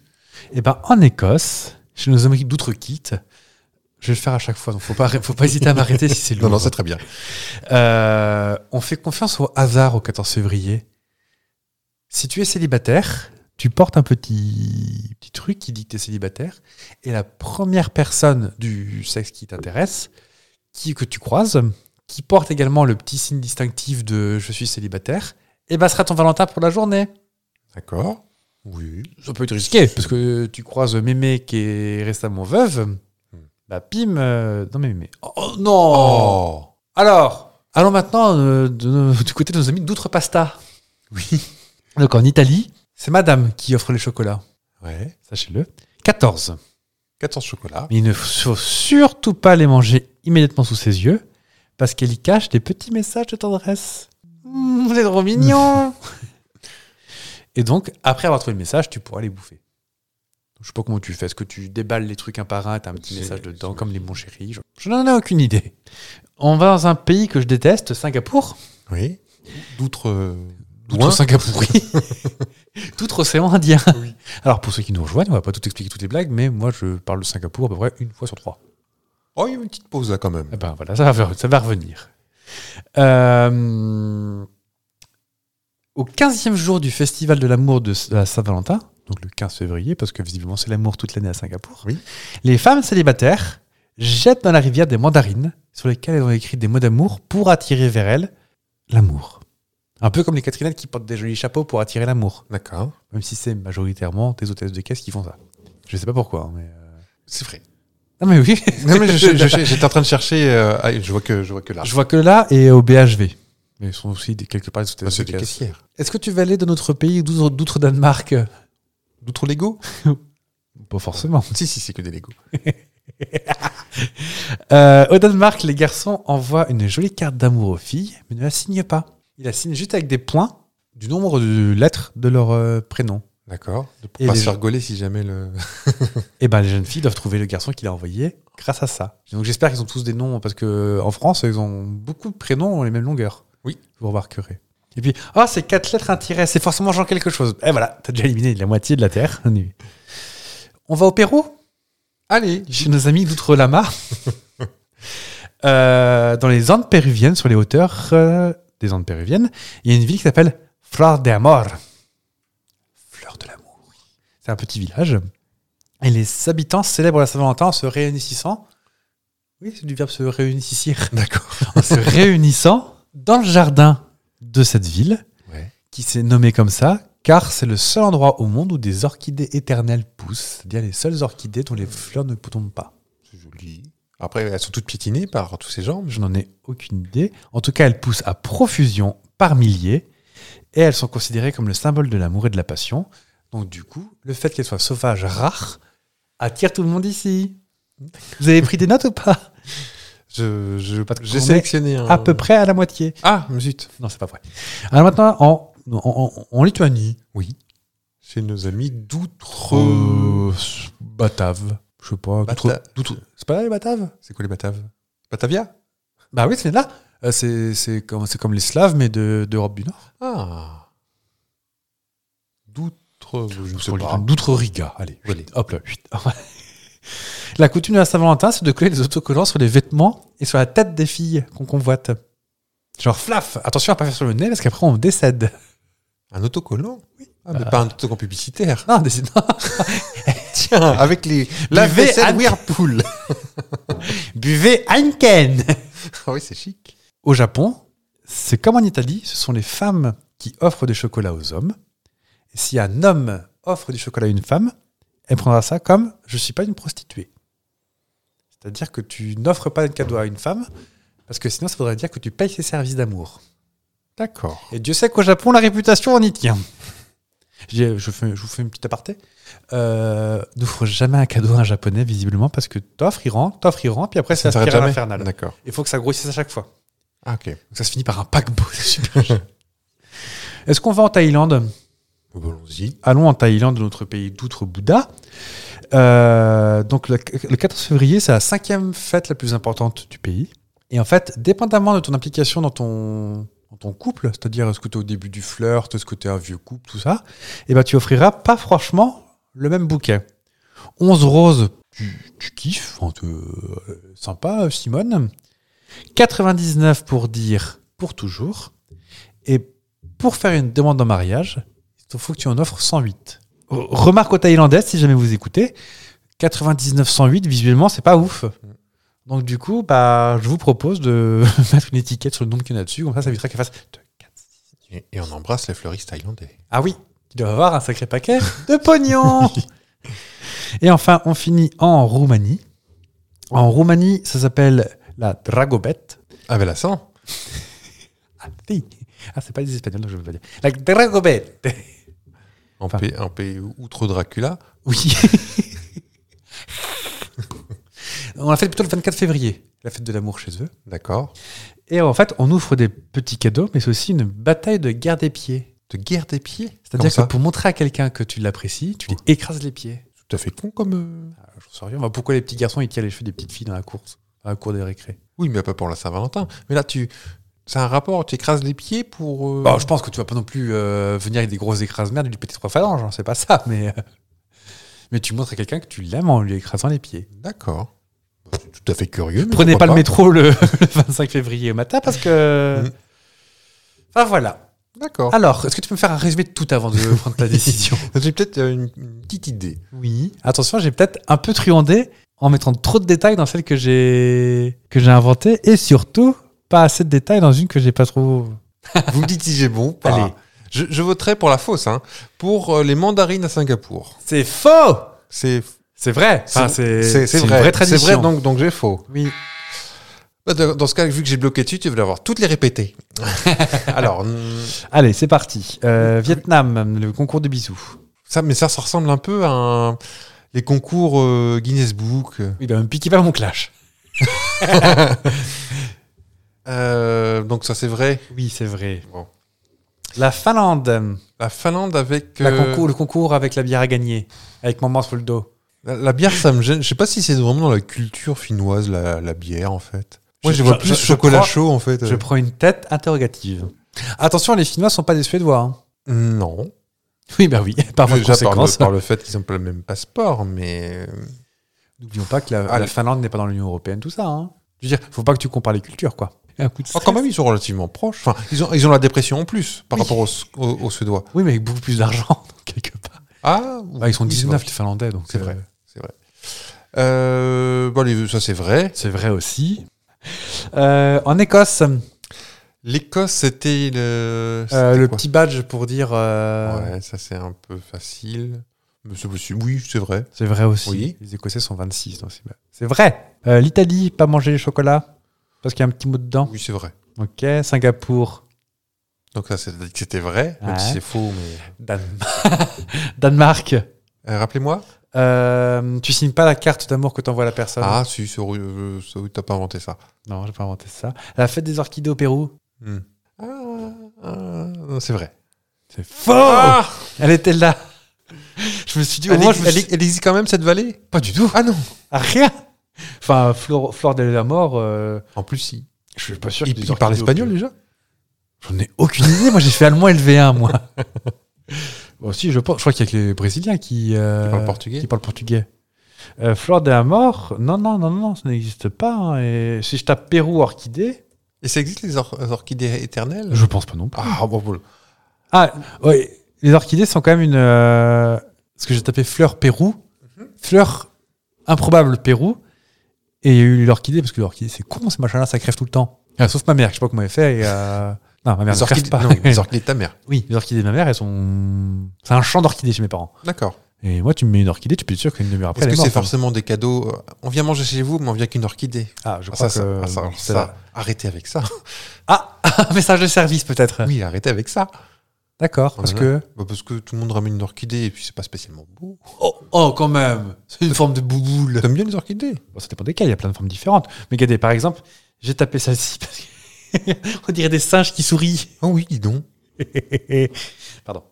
Speaker 2: Eh ben, en Écosse, chez nos amis d'Outrequitte, je vais le faire à chaque fois, donc faut pas, faut pas hésiter à m'arrêter si c'est
Speaker 1: Non,
Speaker 2: lourd.
Speaker 1: non, c'est très bien.
Speaker 2: Euh, on fait confiance au hasard au 14 février. Si tu es célibataire, tu portes un petit, petit truc qui dit que tu es célibataire, et la première personne du sexe qui t'intéresse, qui que tu croises, qui porte également le petit signe distinctif de je suis célibataire, eh ben sera ton Valentin pour la journée.
Speaker 1: D'accord. Oui.
Speaker 2: Ça peut être risqué, parce que tu croises Mémé qui est récemment veuve. Bah, pim, euh, non, mais Mémé. Oh, oh, non
Speaker 1: Oh
Speaker 2: Alors, allons maintenant euh, de nos- du côté de nos amis d'Outre-Pasta. Oui. Donc, en Italie, c'est madame qui offre les chocolats.
Speaker 1: Oh. Ouais.
Speaker 2: Sachez-le. 14.
Speaker 1: 400 chocolats.
Speaker 2: Mais il ne faut surtout pas les manger immédiatement sous ses yeux, parce qu'elle y cache des petits messages de tendresse. Mmh, vous êtes trop mignon Et donc, après avoir trouvé le message, tu pourras les bouffer. Je sais pas comment tu fais. Est-ce que tu déballes les trucs un par un, t'as un petit
Speaker 1: C'est-
Speaker 2: message dedans,
Speaker 1: c'est-
Speaker 2: comme les bons chéris Je, je n'en ai aucune idée. On va dans un pays que je déteste, Singapour.
Speaker 1: Oui. D'outre. euh,
Speaker 2: D'outre
Speaker 1: loin.
Speaker 2: Singapour, D'outre-océan Indien. Alors, pour ceux qui nous rejoignent, on va pas tout expliquer toutes les blagues, mais moi, je parle de Singapour à peu près une fois sur trois.
Speaker 1: Oh, il y a une petite pause là quand même.
Speaker 2: Eh ben voilà, ça va, ça va revenir. Euh, au 15e jour du Festival de l'amour de la Saint-Valentin, donc le 15 février, parce que visiblement c'est l'amour toute l'année à Singapour,
Speaker 1: Oui.
Speaker 2: les femmes célibataires jettent dans la rivière des mandarines sur lesquelles elles ont écrit des mots d'amour pour attirer vers elles l'amour. Un peu comme les Catherinettes qui portent des jolis chapeaux pour attirer l'amour,
Speaker 1: D'accord.
Speaker 2: même si c'est majoritairement des hôtesses de caisse qui font ça. Je sais pas pourquoi, hein, mais... euh,
Speaker 1: C'est vrai.
Speaker 2: Non mais oui
Speaker 1: Non, mais je- je- je- j'étais en train de chercher. euh, ah, je vois que, je vois que là.
Speaker 2: Je vois que là et au BHV. Mais ils sont aussi des- quelque part des
Speaker 1: Bah, c'est
Speaker 2: hôtesses de
Speaker 1: des
Speaker 2: caisse.
Speaker 1: caissières.
Speaker 2: Est-ce que tu vas aller de notre pays d'outre- d'outre-Danemark
Speaker 1: D'outre Lego
Speaker 2: Pas forcément.
Speaker 1: Si, si, c'est que des Lego.
Speaker 2: Euh, au Danemark, les garçons envoient une jolie carte d'amour aux filles, mais ne la signent pas. Ils la signent juste avec des points du nombre de lettres de leur euh, prénom.
Speaker 1: D'accord. Pour
Speaker 2: Et
Speaker 1: pas
Speaker 2: les-
Speaker 1: se faire gauler si jamais le.
Speaker 2: Et ben les jeunes filles doivent trouver le garçon qui l'a envoyé grâce à ça. Donc j'espère qu'ils ont tous des noms parce que en France, ils ont beaucoup de prénoms ont les mêmes longueurs.
Speaker 1: Oui.
Speaker 2: Vous remarquerez. Et puis, ah, c'est quatre lettres, un tiret, c'est forcément genre quelque chose. Et voilà, t'as déjà éliminé la moitié de la Terre. On est- On va au Pérou Allez Chez nos amis d'Outre-Lama. Euh, dans les Andes péruviennes, sur les hauteurs euh, des Andes péruviennes, il y a une ville qui s'appelle Flor de Amor. Fleur de l'amour. oui. C'est un petit village. Et les habitants célèbrent la Saint-Valentin en se réunissant. Oui, c'est du verbe se réunissir.
Speaker 1: D'accord.
Speaker 2: En se réunissant dans le jardin de cette ville,
Speaker 1: Ouais.
Speaker 2: qui s'est nommée comme ça, car c'est le seul endroit au monde où des orchidées éternelles poussent, c'est-à-dire les seules orchidées dont les fleurs ne tombent pas.
Speaker 1: C'est joli. Après, elles sont toutes piétinées par tous ces gens.
Speaker 2: Je n'en ai aucune idée. En tout cas, elles poussent à profusion par milliers et elles sont considérées comme le symbole de l'amour et de la passion. Donc, du coup, le fait qu'elles soient sauvages, rares, attire tout le monde ici. Vous avez pris des notes ou pas
Speaker 1: Je, je-
Speaker 2: Parce
Speaker 1: j'ai
Speaker 2: qu'on
Speaker 1: sélectionné un.
Speaker 2: À peu près à la moitié.
Speaker 1: Ah, zut.
Speaker 2: Euh, Non, c'est pas vrai. Alors maintenant, en, en, en- en Lituanie. Oui.
Speaker 1: Chez nos amis d'outre.
Speaker 2: Batave. Je sais pas.
Speaker 1: Bata-
Speaker 2: d'outre- d'outre- C'est pas là les Bataves
Speaker 1: C'est quoi les Bataves Batavia
Speaker 2: Bah oui, c'est là. Euh, C'est c'est comme, c'est comme les Slaves, mais de- d'Europe du Nord.
Speaker 1: Ah. D'outre. Je ne sais
Speaker 2: Sur-
Speaker 1: pas.
Speaker 2: D'outre-Riga. Allez.
Speaker 1: Allez.
Speaker 2: Hop là. chut. la coutume de la Saint-Valentin, c'est de coller des autocollants sur les vêtements et sur la tête des filles qu'on convoite. Genre flaf, attention à pas faire sur le nez parce qu'après on décède.
Speaker 1: Un autocollant Ah, mais pas un autocollant publicitaire.
Speaker 2: Non, décède. non.
Speaker 1: Tiens, avec les. La
Speaker 2: Buvez
Speaker 1: vaisselle
Speaker 2: Anne-
Speaker 1: Whirlpool.
Speaker 2: Buvez Heineken.
Speaker 1: Ah oui, c'est chic.
Speaker 2: Au Japon, c'est comme en Italie, ce sont les femmes qui offrent des chocolats aux hommes. Et si un homme offre du chocolat à une femme, elle prendra ça comme je ne suis pas une prostituée. C'est-à-dire que tu n'offres pas de cadeau à une femme, parce que sinon ça voudrait dire que tu payes ses services d'amour.
Speaker 1: D'accord.
Speaker 2: Et Dieu sait qu'au Japon, la réputation, on y tient. Je, je fais- je vous fais une petite aparté. Euh, N'offre jamais un cadeau à un japonais, visiblement, parce que t'offres, il rentre, t'offres, il rentre, puis après, c'est
Speaker 1: Ça s'arrête
Speaker 2: aspiré à
Speaker 1: jamais.
Speaker 2: l'infernal.
Speaker 1: D'accord.
Speaker 2: Il faut que ça grossisse à chaque fois.
Speaker 1: Ah, ok.
Speaker 2: Donc ça se finit par un paquebot. c'est super chiant. Est-ce qu'on va en Thaïlande
Speaker 1: Allons-y.
Speaker 2: Allons en Thaïlande, notre pays d'outre-Bouddha. Euh, donc le, le 14 février, c'est la cinquième fête la plus importante du pays. Et en fait, dépendamment de ton implication dans ton, dans ton couple, c'est-à-dire est-ce que tu es au début du flirt, est-ce que tu es un vieux couple, tout ça, eh ben, tu offriras pas franchement le même bouquet. 11 roses, tu, tu kiffes, enfin, te- euh, sympa euh, Simone. 99 pour dire pour toujours. Et pour faire une demande en mariage, il faut que tu en offres 108. Re- Remarque aux Thaïlandaises, si jamais vous écoutez, 99-108, visuellement, c'est pas ouf. Donc, du coup, bah, je vous propose de mettre une étiquette sur le nombre qu'il y en a dessus. Comme ça, ça évitera qu'elle fasse. deux, quatre.
Speaker 1: Et, et on embrasse les fleuristes thaïlandais.
Speaker 2: Ah oui, tu dois avoir un sacré paquet de pognon. Et enfin, on finit en Roumanie. En Roumanie, ça s'appelle la Dragobet.
Speaker 1: Ah, ben la sang
Speaker 2: Ah, oui. Ah, c'est pas des Espagnols, donc je ne veux pas dire. La Dragobet.
Speaker 1: En
Speaker 2: Enfin.
Speaker 1: pays- en pays outre Dracula.
Speaker 2: Oui. on l'a fait plutôt le 24 février, la fête de l'amour chez eux.
Speaker 1: D'accord.
Speaker 2: Et en fait, on offre des petits cadeaux, mais c'est aussi une bataille de guerre des pieds.
Speaker 1: De guerre des pieds Comme
Speaker 2: C'est-à-dire
Speaker 1: ça
Speaker 2: que pour montrer à quelqu'un que tu l'apprécies, tu lui écrases les pieds.
Speaker 1: Tout à fait con comme. euh,
Speaker 2: Alors, J'en sais rien. Bah, pourquoi les petits garçons, ils tirent les cheveux des petites filles dans la course, dans la cour des récré
Speaker 1: Oui, mais pas pour la Saint-Valentin. Mais là, tu. C'est un rapport, tu écrases les pieds pour. euh,
Speaker 2: Bon, je pense que tu vas pas non plus euh, venir avec des grosses écrases merdes et lui péter trois phalanges, hein, c'est pas ça, mais, euh, mais tu montres à quelqu'un que tu l'aimes en lui écrasant les pieds.
Speaker 1: D'accord. Bah, c'est Tout à fait curieux. mais
Speaker 2: Prenez pas,
Speaker 1: pourquoi
Speaker 2: le métro le, le 25 février au matin parce que.
Speaker 1: Mhm.
Speaker 2: Enfin voilà.
Speaker 1: D'accord.
Speaker 2: Alors, est-ce que tu peux me faire un résumé de tout avant de prendre ta décision
Speaker 1: J'ai peut-être euh, une, une petite idée.
Speaker 2: Ah. Oui. Attention, j'ai peut-être un peu truandé en mettant trop de détails dans celle que j'ai que j'ai inventée et surtout pas assez de détails dans une que j'ai pas trop.
Speaker 1: Vous me dites si j'ai bon. ou pas.
Speaker 2: Allez.
Speaker 1: Je, je voterai pour la fausse, hein. Pour euh, les mandarines à Singapour.
Speaker 2: C'est faux.
Speaker 1: C'est
Speaker 2: C'est vrai. Enfin,
Speaker 1: c'est-
Speaker 2: c'est
Speaker 1: c'est- c'est
Speaker 2: c'est une
Speaker 1: vrai.
Speaker 2: vraie
Speaker 1: C'est
Speaker 2: tradition.
Speaker 1: vrai, donc, donc j'ai faux.
Speaker 2: Oui.
Speaker 1: Bah, Dans dans ce cas, vu que j'ai bloqué dessus, tu vas avoir toutes les répétées. Alors, hum,
Speaker 2: Allez, c'est parti. Euh, Vietnam, le concours de bisous.
Speaker 1: ça, mais ça, ça ressemble un peu à un- les concours euh, Guinness Book.
Speaker 2: Oui, ben piquez pas mon clash.
Speaker 1: Euh, donc ça, c'est vrai.
Speaker 2: Oui, c'est vrai.
Speaker 1: Bon.
Speaker 2: La Finlande.
Speaker 1: La Finlande avec
Speaker 2: La
Speaker 1: euh,
Speaker 2: concours- le concours avec la bière à gagner, avec maman sur le dos.
Speaker 1: la, la bière, ça me gêne. Je sais pas si c'est vraiment dans la culture finnoise la, la bière en fait. Moi,
Speaker 2: Je-
Speaker 1: je, vois
Speaker 2: je-
Speaker 1: plus
Speaker 2: je
Speaker 1: chocolat
Speaker 2: prends-
Speaker 1: chaud en fait.
Speaker 2: Je prends une tête interrogative. Attention, les Finnois sont pas des Suédois. hein.
Speaker 1: Non.
Speaker 2: Oui, bah oui, par voie de
Speaker 1: Déjà par le,
Speaker 2: conséquence.
Speaker 1: par le fait qu'ils n'ont pas le même passeport, mais
Speaker 2: N'oublions pas que la,
Speaker 1: Ah, le-
Speaker 2: la Finlande n'est pas dans l'Union Européenne, tout ça. hein. Je veux dire, faut pas que tu compares les cultures, quoi. Oh, Un coup de
Speaker 1: Ah, quand même, ils sont relativement proches. Enfin, ils ont, ils ont la dépression en plus par
Speaker 2: Oui.
Speaker 1: rapport aux, aux- aux Suédois.
Speaker 2: Oui, mais avec beaucoup plus d'argent, donc, quelque part.
Speaker 1: Ah,
Speaker 2: Bah, ils sont
Speaker 1: oui, c'est
Speaker 2: 19, les Finlandais, donc
Speaker 1: C'est
Speaker 2: euh,
Speaker 1: vrai, c'est vrai. Euh, bon, les- ça c'est vrai.
Speaker 2: C'est vrai aussi. Euh, en Écosse,
Speaker 1: L'Écosse, c'était le,
Speaker 2: euh,
Speaker 1: c'était
Speaker 2: le
Speaker 1: quoi
Speaker 2: petit badge pour dire. euh,
Speaker 1: Ouais, ça c'est un peu facile. Mais c'est possible. Oui, c'est vrai.
Speaker 2: C'est vrai aussi.
Speaker 1: Oui.
Speaker 2: Les Écossais sont 26. donc c'est- C'est vrai. Euh, L'Italie, pas manger les chocolats parce qu'il y a un petit mot dedans.
Speaker 1: Oui, c'est vrai.
Speaker 2: Ok. Singapour.
Speaker 1: Donc ça c'est- c'était vrai, même
Speaker 2: Ouais.
Speaker 1: si c'est faux. Mais
Speaker 2: Danemark.
Speaker 1: Euh, rappelez-moi.
Speaker 2: Euh, tu signes pas la carte d'amour que t'envoie la personne.
Speaker 1: Ah, si, c'est horri- euh, ça, oui, t'as pas inventé ça.
Speaker 2: Non, j'ai pas inventé ça. La fête des orchidées au Pérou.
Speaker 1: Hmm. Ah, ah, non, c'est vrai.
Speaker 2: C'est faux. Elle était là. Je me suis dit, Ah, au
Speaker 1: Ah. Oh, elle,
Speaker 2: moins,
Speaker 1: ex-
Speaker 2: je me
Speaker 1: elle
Speaker 2: suis...
Speaker 1: ex- elle existe quand même cette vallée Pas du tout. Ah non.
Speaker 2: Ah, rien. Enfin, Flore, Flore de la mort. euh,
Speaker 1: En plus, si.
Speaker 2: Je suis pas sûr.
Speaker 1: Il,
Speaker 2: que des
Speaker 1: il parle
Speaker 2: orchidées au Pérou.
Speaker 1: espagnol déjà
Speaker 2: J'en ai aucune idée. Moi, j'ai fait allemand LV1, moi. bon, si, je pense. Je crois qu'il y a que les Brésiliens qui, euh,
Speaker 1: Qui parlent portugais.
Speaker 2: Qui parlent portugais. Euh, Flore de la mort. Non, non, non, non, ça n'existe pas. hein. Et si je tape Pérou orchidée,
Speaker 1: Et ça existe les, or- les orchidées éternelles
Speaker 2: je pense pas non plus.
Speaker 1: Ah bon, bon.
Speaker 2: Ah, ouais. Les orchidées sont quand même une. euh, Parce que j'ai tapé fleur Pérou,
Speaker 1: Mhm.
Speaker 2: fleur improbable Pérou, et il y a eu l'orchidée parce que l'orchidée c'est con, ce machin-là, ça crève tout le temps. Ah, sauf ma mère, je sais pas comment elle fait. Et, euh, Non, ma mère
Speaker 1: les
Speaker 2: ne crève
Speaker 1: orchidées,
Speaker 2: pas.
Speaker 1: non, les orchidées de ta mère.
Speaker 2: Oui, les orchidées de ma mère, elles sont. C'est un champ d'orchidées chez mes parents.
Speaker 1: D'accord.
Speaker 2: Et moi, tu me mets une orchidée, tu peux être sûr qu'une demi-heure après.
Speaker 1: Est-ce
Speaker 2: elle
Speaker 1: que
Speaker 2: est
Speaker 1: c'est
Speaker 2: morte, hein.
Speaker 1: forcément des cadeaux euh, On vient manger chez vous, mais on vient qu'une orchidée.
Speaker 2: Ah, je
Speaker 1: Ah,
Speaker 2: crois
Speaker 1: ça, ça-
Speaker 2: que
Speaker 1: ah, ça, alors,
Speaker 2: c'est
Speaker 1: ça,
Speaker 2: la-
Speaker 1: arrêtez avec ça.
Speaker 5: Ah, un message de service peut-être.
Speaker 1: Oui, arrêtez avec ça.
Speaker 2: D'accord, parce
Speaker 1: Voilà.
Speaker 2: que.
Speaker 1: Bah, parce que tout le monde ramène une orchidée et puis c'est pas spécialement beau.
Speaker 2: Oh, oh, quand même C'est une forme de bouboule.
Speaker 1: T'aimes bien les orchidées
Speaker 2: Bon, ça dépend des cas,
Speaker 5: Il y a plein de formes différentes. Mais regardez, par exemple, j'ai tapé celle-ci parce que on dirait des singes qui sourient.
Speaker 1: Ah oui, dis donc.
Speaker 5: Pardon.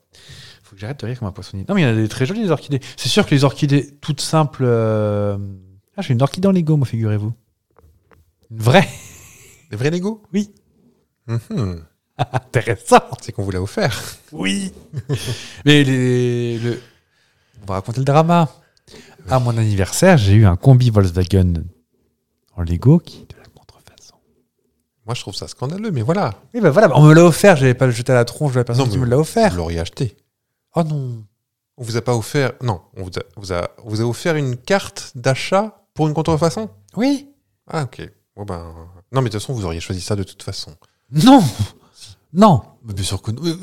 Speaker 2: Faut que j'arrête de rire comme un poissonnier. Non, mais il y en a des très jolies, les orchidées. C'est sûr que les orchidées toutes simples. euh, Ah, j'ai une orchidée en Lego, moi, figurez-vous. Une vraie
Speaker 1: Des vrais Lego
Speaker 5: Oui.
Speaker 2: Mm-hmm.
Speaker 1: Mhm.
Speaker 5: Intéressant.
Speaker 1: C'est qu'on vous l'a offert.
Speaker 5: Oui.
Speaker 2: Mais les, le- On va raconter le drama. À mon anniversaire, j'ai eu un combi Volkswagen en Lego qui est de la contrefaçon.
Speaker 1: Moi, je trouve ça scandaleux, mais voilà.
Speaker 2: Oui, bah voilà, on me l'a offert, j'avais pas le jeté à la tronche de la personne
Speaker 1: Non,
Speaker 2: qui
Speaker 1: mais-
Speaker 2: me l'a
Speaker 1: Vous
Speaker 2: offert.
Speaker 1: l'auriez acheté.
Speaker 2: Oh non.
Speaker 1: On vous a pas offert. Non, on vous a, on vous a, on vous a offert une carte d'achat pour une contrefaçon
Speaker 2: Oui
Speaker 1: Ah, ok. Bon, ben... Non, mais de toute façon, vous auriez choisi ça de toute façon.
Speaker 2: Non Non Mais Bien sûr que non. Euh, euh,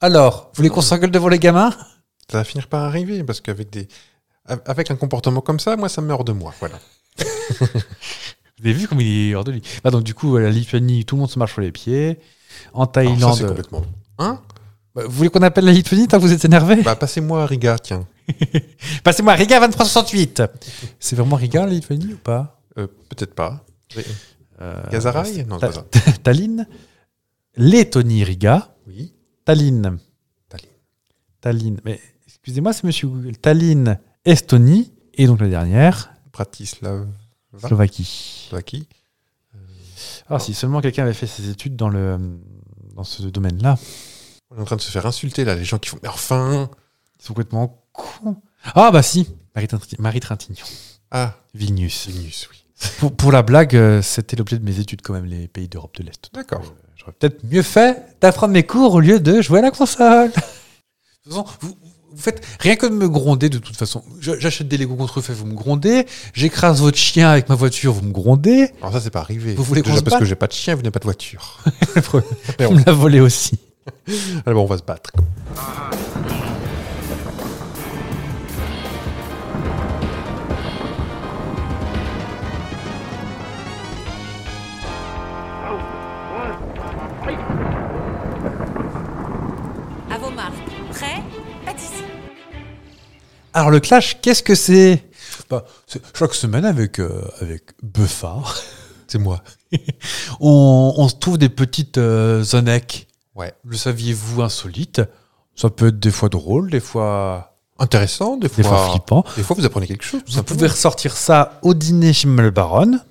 Speaker 2: Alors, vous voulez qu'on s'engueule devant les gamins
Speaker 1: Ça va finir par arriver, parce qu'avec des. Avec un comportement comme ça, moi, ça me meurt de moi. Voilà.
Speaker 2: Vous avez vu comme il est hors de lui. Bah donc du coup, à la Lituanie, tout le monde se marche sur les pieds. En
Speaker 1: Alors,
Speaker 2: Thaïlande,
Speaker 1: ça, c'est complètement. Hein
Speaker 2: Bah, vous voulez qu'on appelle la Lituanie tant que vous êtes énervé
Speaker 1: Bah, passez-moi à Riga, tiens.
Speaker 2: Passez-moi Riga 2368. C'est vraiment Riga la Lituanie ou pas
Speaker 1: Euh, Peut-être pas.
Speaker 2: Euh,
Speaker 1: Gazaraï Non,
Speaker 2: Ta-
Speaker 1: Ah, c'est pas ça.
Speaker 2: Tallinn, Lettonie Riga,
Speaker 1: Oui.
Speaker 2: Tallinn.
Speaker 1: Tallinn.
Speaker 2: Tallinn. Mais excusez-moi, c'est Monsieur Google. Tallinn, Estonie et donc la dernière,
Speaker 1: Bratislava.
Speaker 2: Slovaquie.
Speaker 1: Slovaquie.
Speaker 2: Alors si seulement quelqu'un avait fait ses études dans le dans ce domaine-là.
Speaker 1: On est en train de se faire insulter là, les gens qui font. Mais enfin
Speaker 2: Ils sont complètement cons. Ah bah si, Marie, Trinti- Marie Trintignant.
Speaker 1: Ah,
Speaker 2: Vilnius.
Speaker 1: Vénus, oui.
Speaker 2: Pour, pour la blague, euh, c'était l'objet de mes études quand même, les pays d'Europe de l'Est.
Speaker 1: D'accord.
Speaker 2: Euh, J'aurais peut-être mieux fait d'apprendre mes cours au lieu de jouer à la console. De toute façon, vous, vous faites rien que de me gronder de toute façon. Je- J'achète des Lego contrefaits, vous me grondez. J'écrase votre chien avec ma voiture, vous me grondez.
Speaker 1: Alors ça, c'est pas arrivé.
Speaker 2: Vous voulez qu'on
Speaker 1: Déjà
Speaker 2: se
Speaker 1: parce que
Speaker 2: batte
Speaker 1: j'ai pas de chien, vous n'avez pas de voiture.
Speaker 2: Vous me la volez aussi.
Speaker 1: Alors Ah, bon, on va se battre.
Speaker 6: À vos marques. Prêt Pâtisserie.
Speaker 2: Alors le clash, qu'est-ce que c'est Bah, c'est Chaque semaine avec, euh, avec Buffard,
Speaker 1: C'est moi.
Speaker 2: on, on se trouve des petites euh, zonèques.
Speaker 1: Ouais.
Speaker 2: Le saviez-vous insolite Ça peut être des fois drôle, des fois...
Speaker 1: Intéressant, des fois.
Speaker 2: Des fois flippant.
Speaker 1: Des fois, vous apprenez quelque chose. tout
Speaker 2: Vous
Speaker 1: simplement.
Speaker 2: pouvez ressortir ça au dîner chez Mme le Baronne,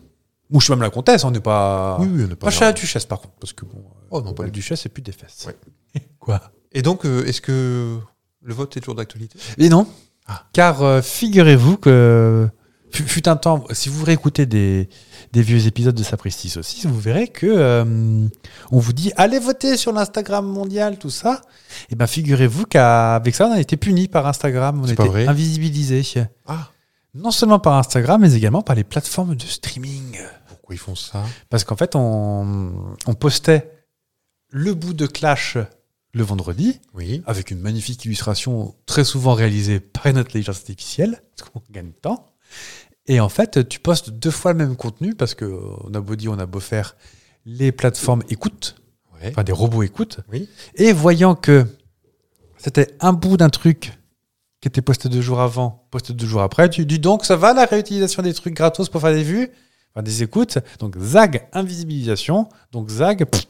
Speaker 2: ou chez Mme la Comtesse, on n'est pas...
Speaker 1: Oui, oui, on n'est
Speaker 2: pas
Speaker 1: pas.
Speaker 2: chez la Duchesse, par contre, parce que bon... euh,
Speaker 1: Oh non, pas
Speaker 2: la
Speaker 1: du tout.
Speaker 2: Duchesse, c'est plus des fesses.
Speaker 1: Ouais.
Speaker 2: Quoi
Speaker 1: Et donc, euh, est-ce que le vote est toujours d'actualité
Speaker 2: Et non,
Speaker 1: Ah.
Speaker 2: car euh, figurez-vous que fu- fut un temps, si vous réécoutez des, des vieux épisodes de Sapristi aussi, vous verrez que euh, on vous dit allez voter sur l'Instagram mondial, tout ça. Et ben figurez-vous qu'avec ça, on a été puni par Instagram, on a
Speaker 1: C'est pas vrai
Speaker 2: été invisibilisé.
Speaker 1: Ah,
Speaker 2: Non seulement par Instagram, mais également par les plateformes de streaming.
Speaker 1: pourquoi ils font ça
Speaker 2: Parce qu'en fait, on, on postait le bout de Clash le vendredi,
Speaker 1: Oui.
Speaker 2: avec une magnifique illustration très souvent réalisée par une intelligence artificielle, parce qu'on gagne du temps. Et en fait, tu postes deux fois le même contenu, parce que euh, on a beau dire, on a beau faire, les plateformes écoutent,
Speaker 1: Ouais.
Speaker 2: enfin des robots écoutent,
Speaker 1: Oui.
Speaker 2: et voyant que c'était un bout d'un truc qui était posté deux jours avant, posté deux jours après, tu dis donc ça va la réutilisation des trucs gratos pour faire des vues, enfin des écoutes, donc zag, invisibilisation, donc zag, pff,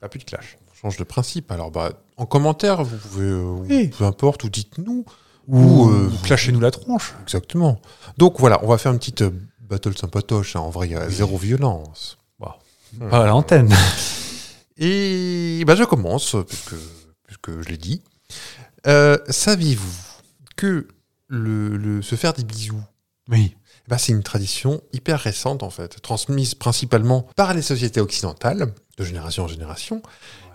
Speaker 2: t'as plus de clash.
Speaker 1: On change de principe. Alors, bah, en commentaire, vous pouvez. euh, ou-
Speaker 2: Oui.
Speaker 1: Peu importe, ou dites-nous.
Speaker 2: Ou,
Speaker 1: euh,
Speaker 2: ou clashez-nous la tronche.
Speaker 1: Exactement. Donc, voilà, on va faire une petite euh, battle sympatoche. hein. En vrai, il y a zéro violence.
Speaker 2: Pas à l'antenne.
Speaker 1: Et bah, je commence, puisque, puisque je l'ai dit. Euh, Saviez-vous que le, le- se faire des bisous,
Speaker 2: Oui.
Speaker 1: bah, c'est une tradition hyper récente, en fait, transmise principalement par les sociétés occidentales, de génération en génération,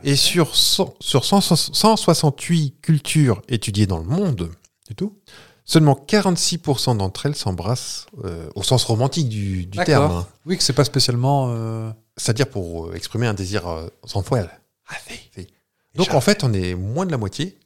Speaker 1: et sur, 100 sur 100 168 cultures étudiées dans le monde,
Speaker 2: C'est tout
Speaker 1: seulement 46% d'entre elles s'embrassent euh, au sens romantique du, du
Speaker 2: D'accord.
Speaker 1: terme, hein.
Speaker 2: Oui, que c'est pas spécialement. euh,
Speaker 1: c'est-à-dire pour euh, exprimer un désir euh, sans poil. Donc
Speaker 2: Donc,
Speaker 1: en fait, on est moins de la moitié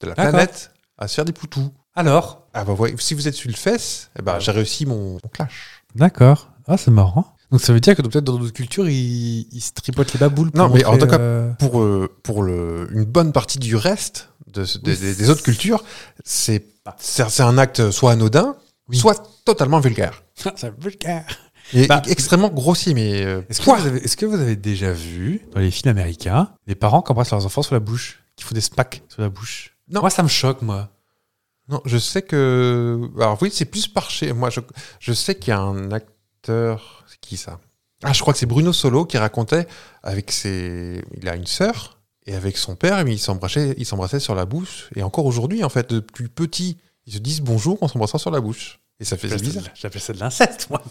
Speaker 1: de la
Speaker 2: D'accord.
Speaker 1: planète à se faire des poutous.
Speaker 2: Alors
Speaker 1: Ah bah ouais, si vous êtes sur le fesse, eh ben, j'ai réussi mon, mon clash.
Speaker 2: D'accord. Ah, c'est marrant. Donc ça veut dire que donc, peut-être dans d'autres cultures, ils, ils se tripotent les baboules. pour
Speaker 1: Non, mais en
Speaker 2: montrer,
Speaker 1: tout cas,
Speaker 2: euh,
Speaker 1: Pour, euh, pour le, une bonne partie du reste de ce- des-
Speaker 2: Oui,
Speaker 1: des,
Speaker 2: c'est-
Speaker 1: des autres cultures, c'est c'est c'est un acte soit anodin,
Speaker 2: Oui.
Speaker 1: soit totalement vulgaire.
Speaker 2: c'est vulgaire.
Speaker 1: Et
Speaker 2: Bah,
Speaker 1: et extrêmement grossier, mais euh,
Speaker 2: Est-ce que,
Speaker 1: pouah,
Speaker 2: vous avez, est-ce que vous avez déjà vu dans les films américains les parents qui embrassent leurs enfants sur la bouche, qui font des spacks sur la bouche
Speaker 1: Non.
Speaker 2: Moi, ça me choque, moi.
Speaker 1: Non, je sais que. Alors oui, c'est plus par chez. Moi, je, je sais qu'il y a un acteur. C'est qui ça Ah, je crois que c'est Bruno Solo qui racontait avec ses. Il a une sœur et avec son père, ils s'embrassaient, ils s'embrassaient sur la bouche. Et encore aujourd'hui, en fait, depuis petit, ils se disent bonjour en s'embrassant sur la bouche. Et ça fait
Speaker 2: J'appelle ça
Speaker 1: bizarre.
Speaker 2: de- J'appelle ça de l'inceste, moi.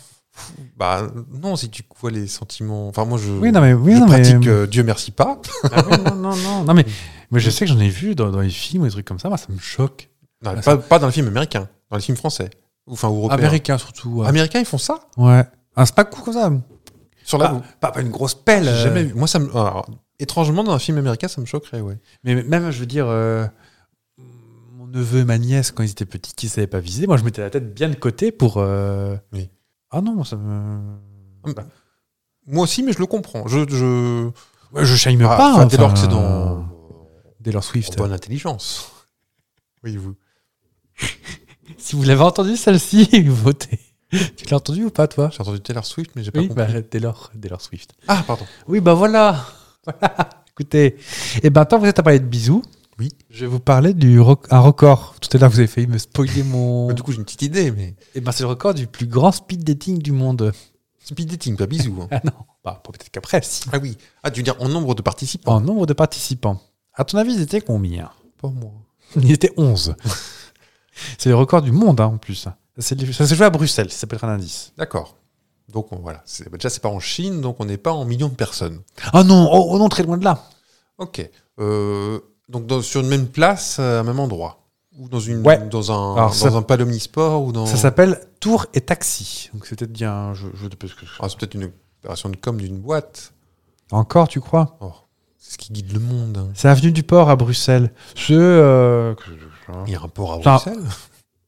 Speaker 1: Bah non, si tu vois les sentiments. Enfin, moi, je.
Speaker 2: Oui, non, mais. Oui,
Speaker 1: je
Speaker 2: non,
Speaker 1: pratique
Speaker 2: mais...
Speaker 1: euh, Dieu merci pas.
Speaker 2: Ah oui, non, non, non. Non, mais, mais je sais que j'en ai vu dans, dans les films ou des trucs comme ça. Moi, ça me choque.
Speaker 1: Non,
Speaker 2: Ah,
Speaker 1: pas,
Speaker 2: ça-
Speaker 1: pas dans les films américains, dans les films français. Ou, Enfin, ou européens.
Speaker 2: Américain, surtout. ouais.
Speaker 1: Américains, ils font ça
Speaker 2: Ouais. Un spack coup comme ça.
Speaker 1: sur la
Speaker 2: Pas,
Speaker 1: bouche.
Speaker 2: pas- pas une grosse pelle.
Speaker 1: J'ai
Speaker 2: euh.
Speaker 1: jamais vu. Moi, ça me. alors, étrangement, dans un film américain, ça me choquerait, ouais.
Speaker 2: Mais même, je veux dire, euh, mon neveu et ma nièce, quand ils étaient petits, qui ne savaient pas viser, moi, je mettais la tête bien de côté pour. euh,
Speaker 1: Oui.
Speaker 2: Ah non, ça me.
Speaker 1: Bah, Moi aussi, mais je le comprends. Je. je...
Speaker 2: Ouais, je shame
Speaker 1: Ah,
Speaker 2: pas.
Speaker 1: enfin, dès
Speaker 2: enfin, euh,
Speaker 1: lors que c'est dans.
Speaker 2: Dès leur Swift.
Speaker 1: en bonne intelligence. Oui, vous.
Speaker 2: Si vous l'avez entendu, celle-ci, votez. Tu l'as entendu ou pas, toi
Speaker 1: J'ai entendu Taylor Swift, mais j'ai
Speaker 2: Oui,
Speaker 1: pas
Speaker 2: bah,
Speaker 1: compris.
Speaker 2: Taylor, Taylor Swift.
Speaker 1: Ah, pardon.
Speaker 2: Oui, bah voilà. Voilà. Écoutez, et ben tant que vous êtes à parler de bisous,
Speaker 1: Oui.
Speaker 2: je vais vous parler du roc- un record. Tout à l'heure, vous avez failli me spoiler mon.
Speaker 1: Bah, du coup, j'ai une petite idée, mais.
Speaker 2: et ben c'est le record du plus grand speed dating du monde.
Speaker 1: Speed dating, pas bisous. hein.
Speaker 2: Ah non, bah, peut-être qu'après, si.
Speaker 1: ah oui. Ah, tu veux dire en nombre de participants
Speaker 2: En nombre de participants. À ton avis, ils étaient combien
Speaker 1: Pas moi.
Speaker 2: Il était 11. c'est le record du monde, hein, en plus. Ça s'est ça s'est joué à Bruxelles, ça peut être un indice.
Speaker 1: D'accord. Donc on- voilà. C'est- bah, déjà, c'est pas en Chine, donc on n'est pas en millions de personnes.
Speaker 2: Ah non, oh, oh non, très loin de là.
Speaker 1: Ok. Euh, donc dans- sur une même place, euh, à un même endroit. Ou dans, une,
Speaker 2: Ouais.
Speaker 1: dans un,
Speaker 2: Alors,
Speaker 1: dans
Speaker 2: ça-
Speaker 1: un palomnisport ou dans.
Speaker 2: Ça s'appelle Tour et Taxi. Donc c'était bien un jeu, jeu de
Speaker 1: Ah, c'est peut-être une opération de com d'une boîte.
Speaker 2: Encore, tu crois
Speaker 1: C'est ce qui guide le monde. hein.
Speaker 2: C'est avenue du Port à Bruxelles. Ce, euh,
Speaker 1: Il y a un port à
Speaker 2: Enfin-
Speaker 1: Bruxelles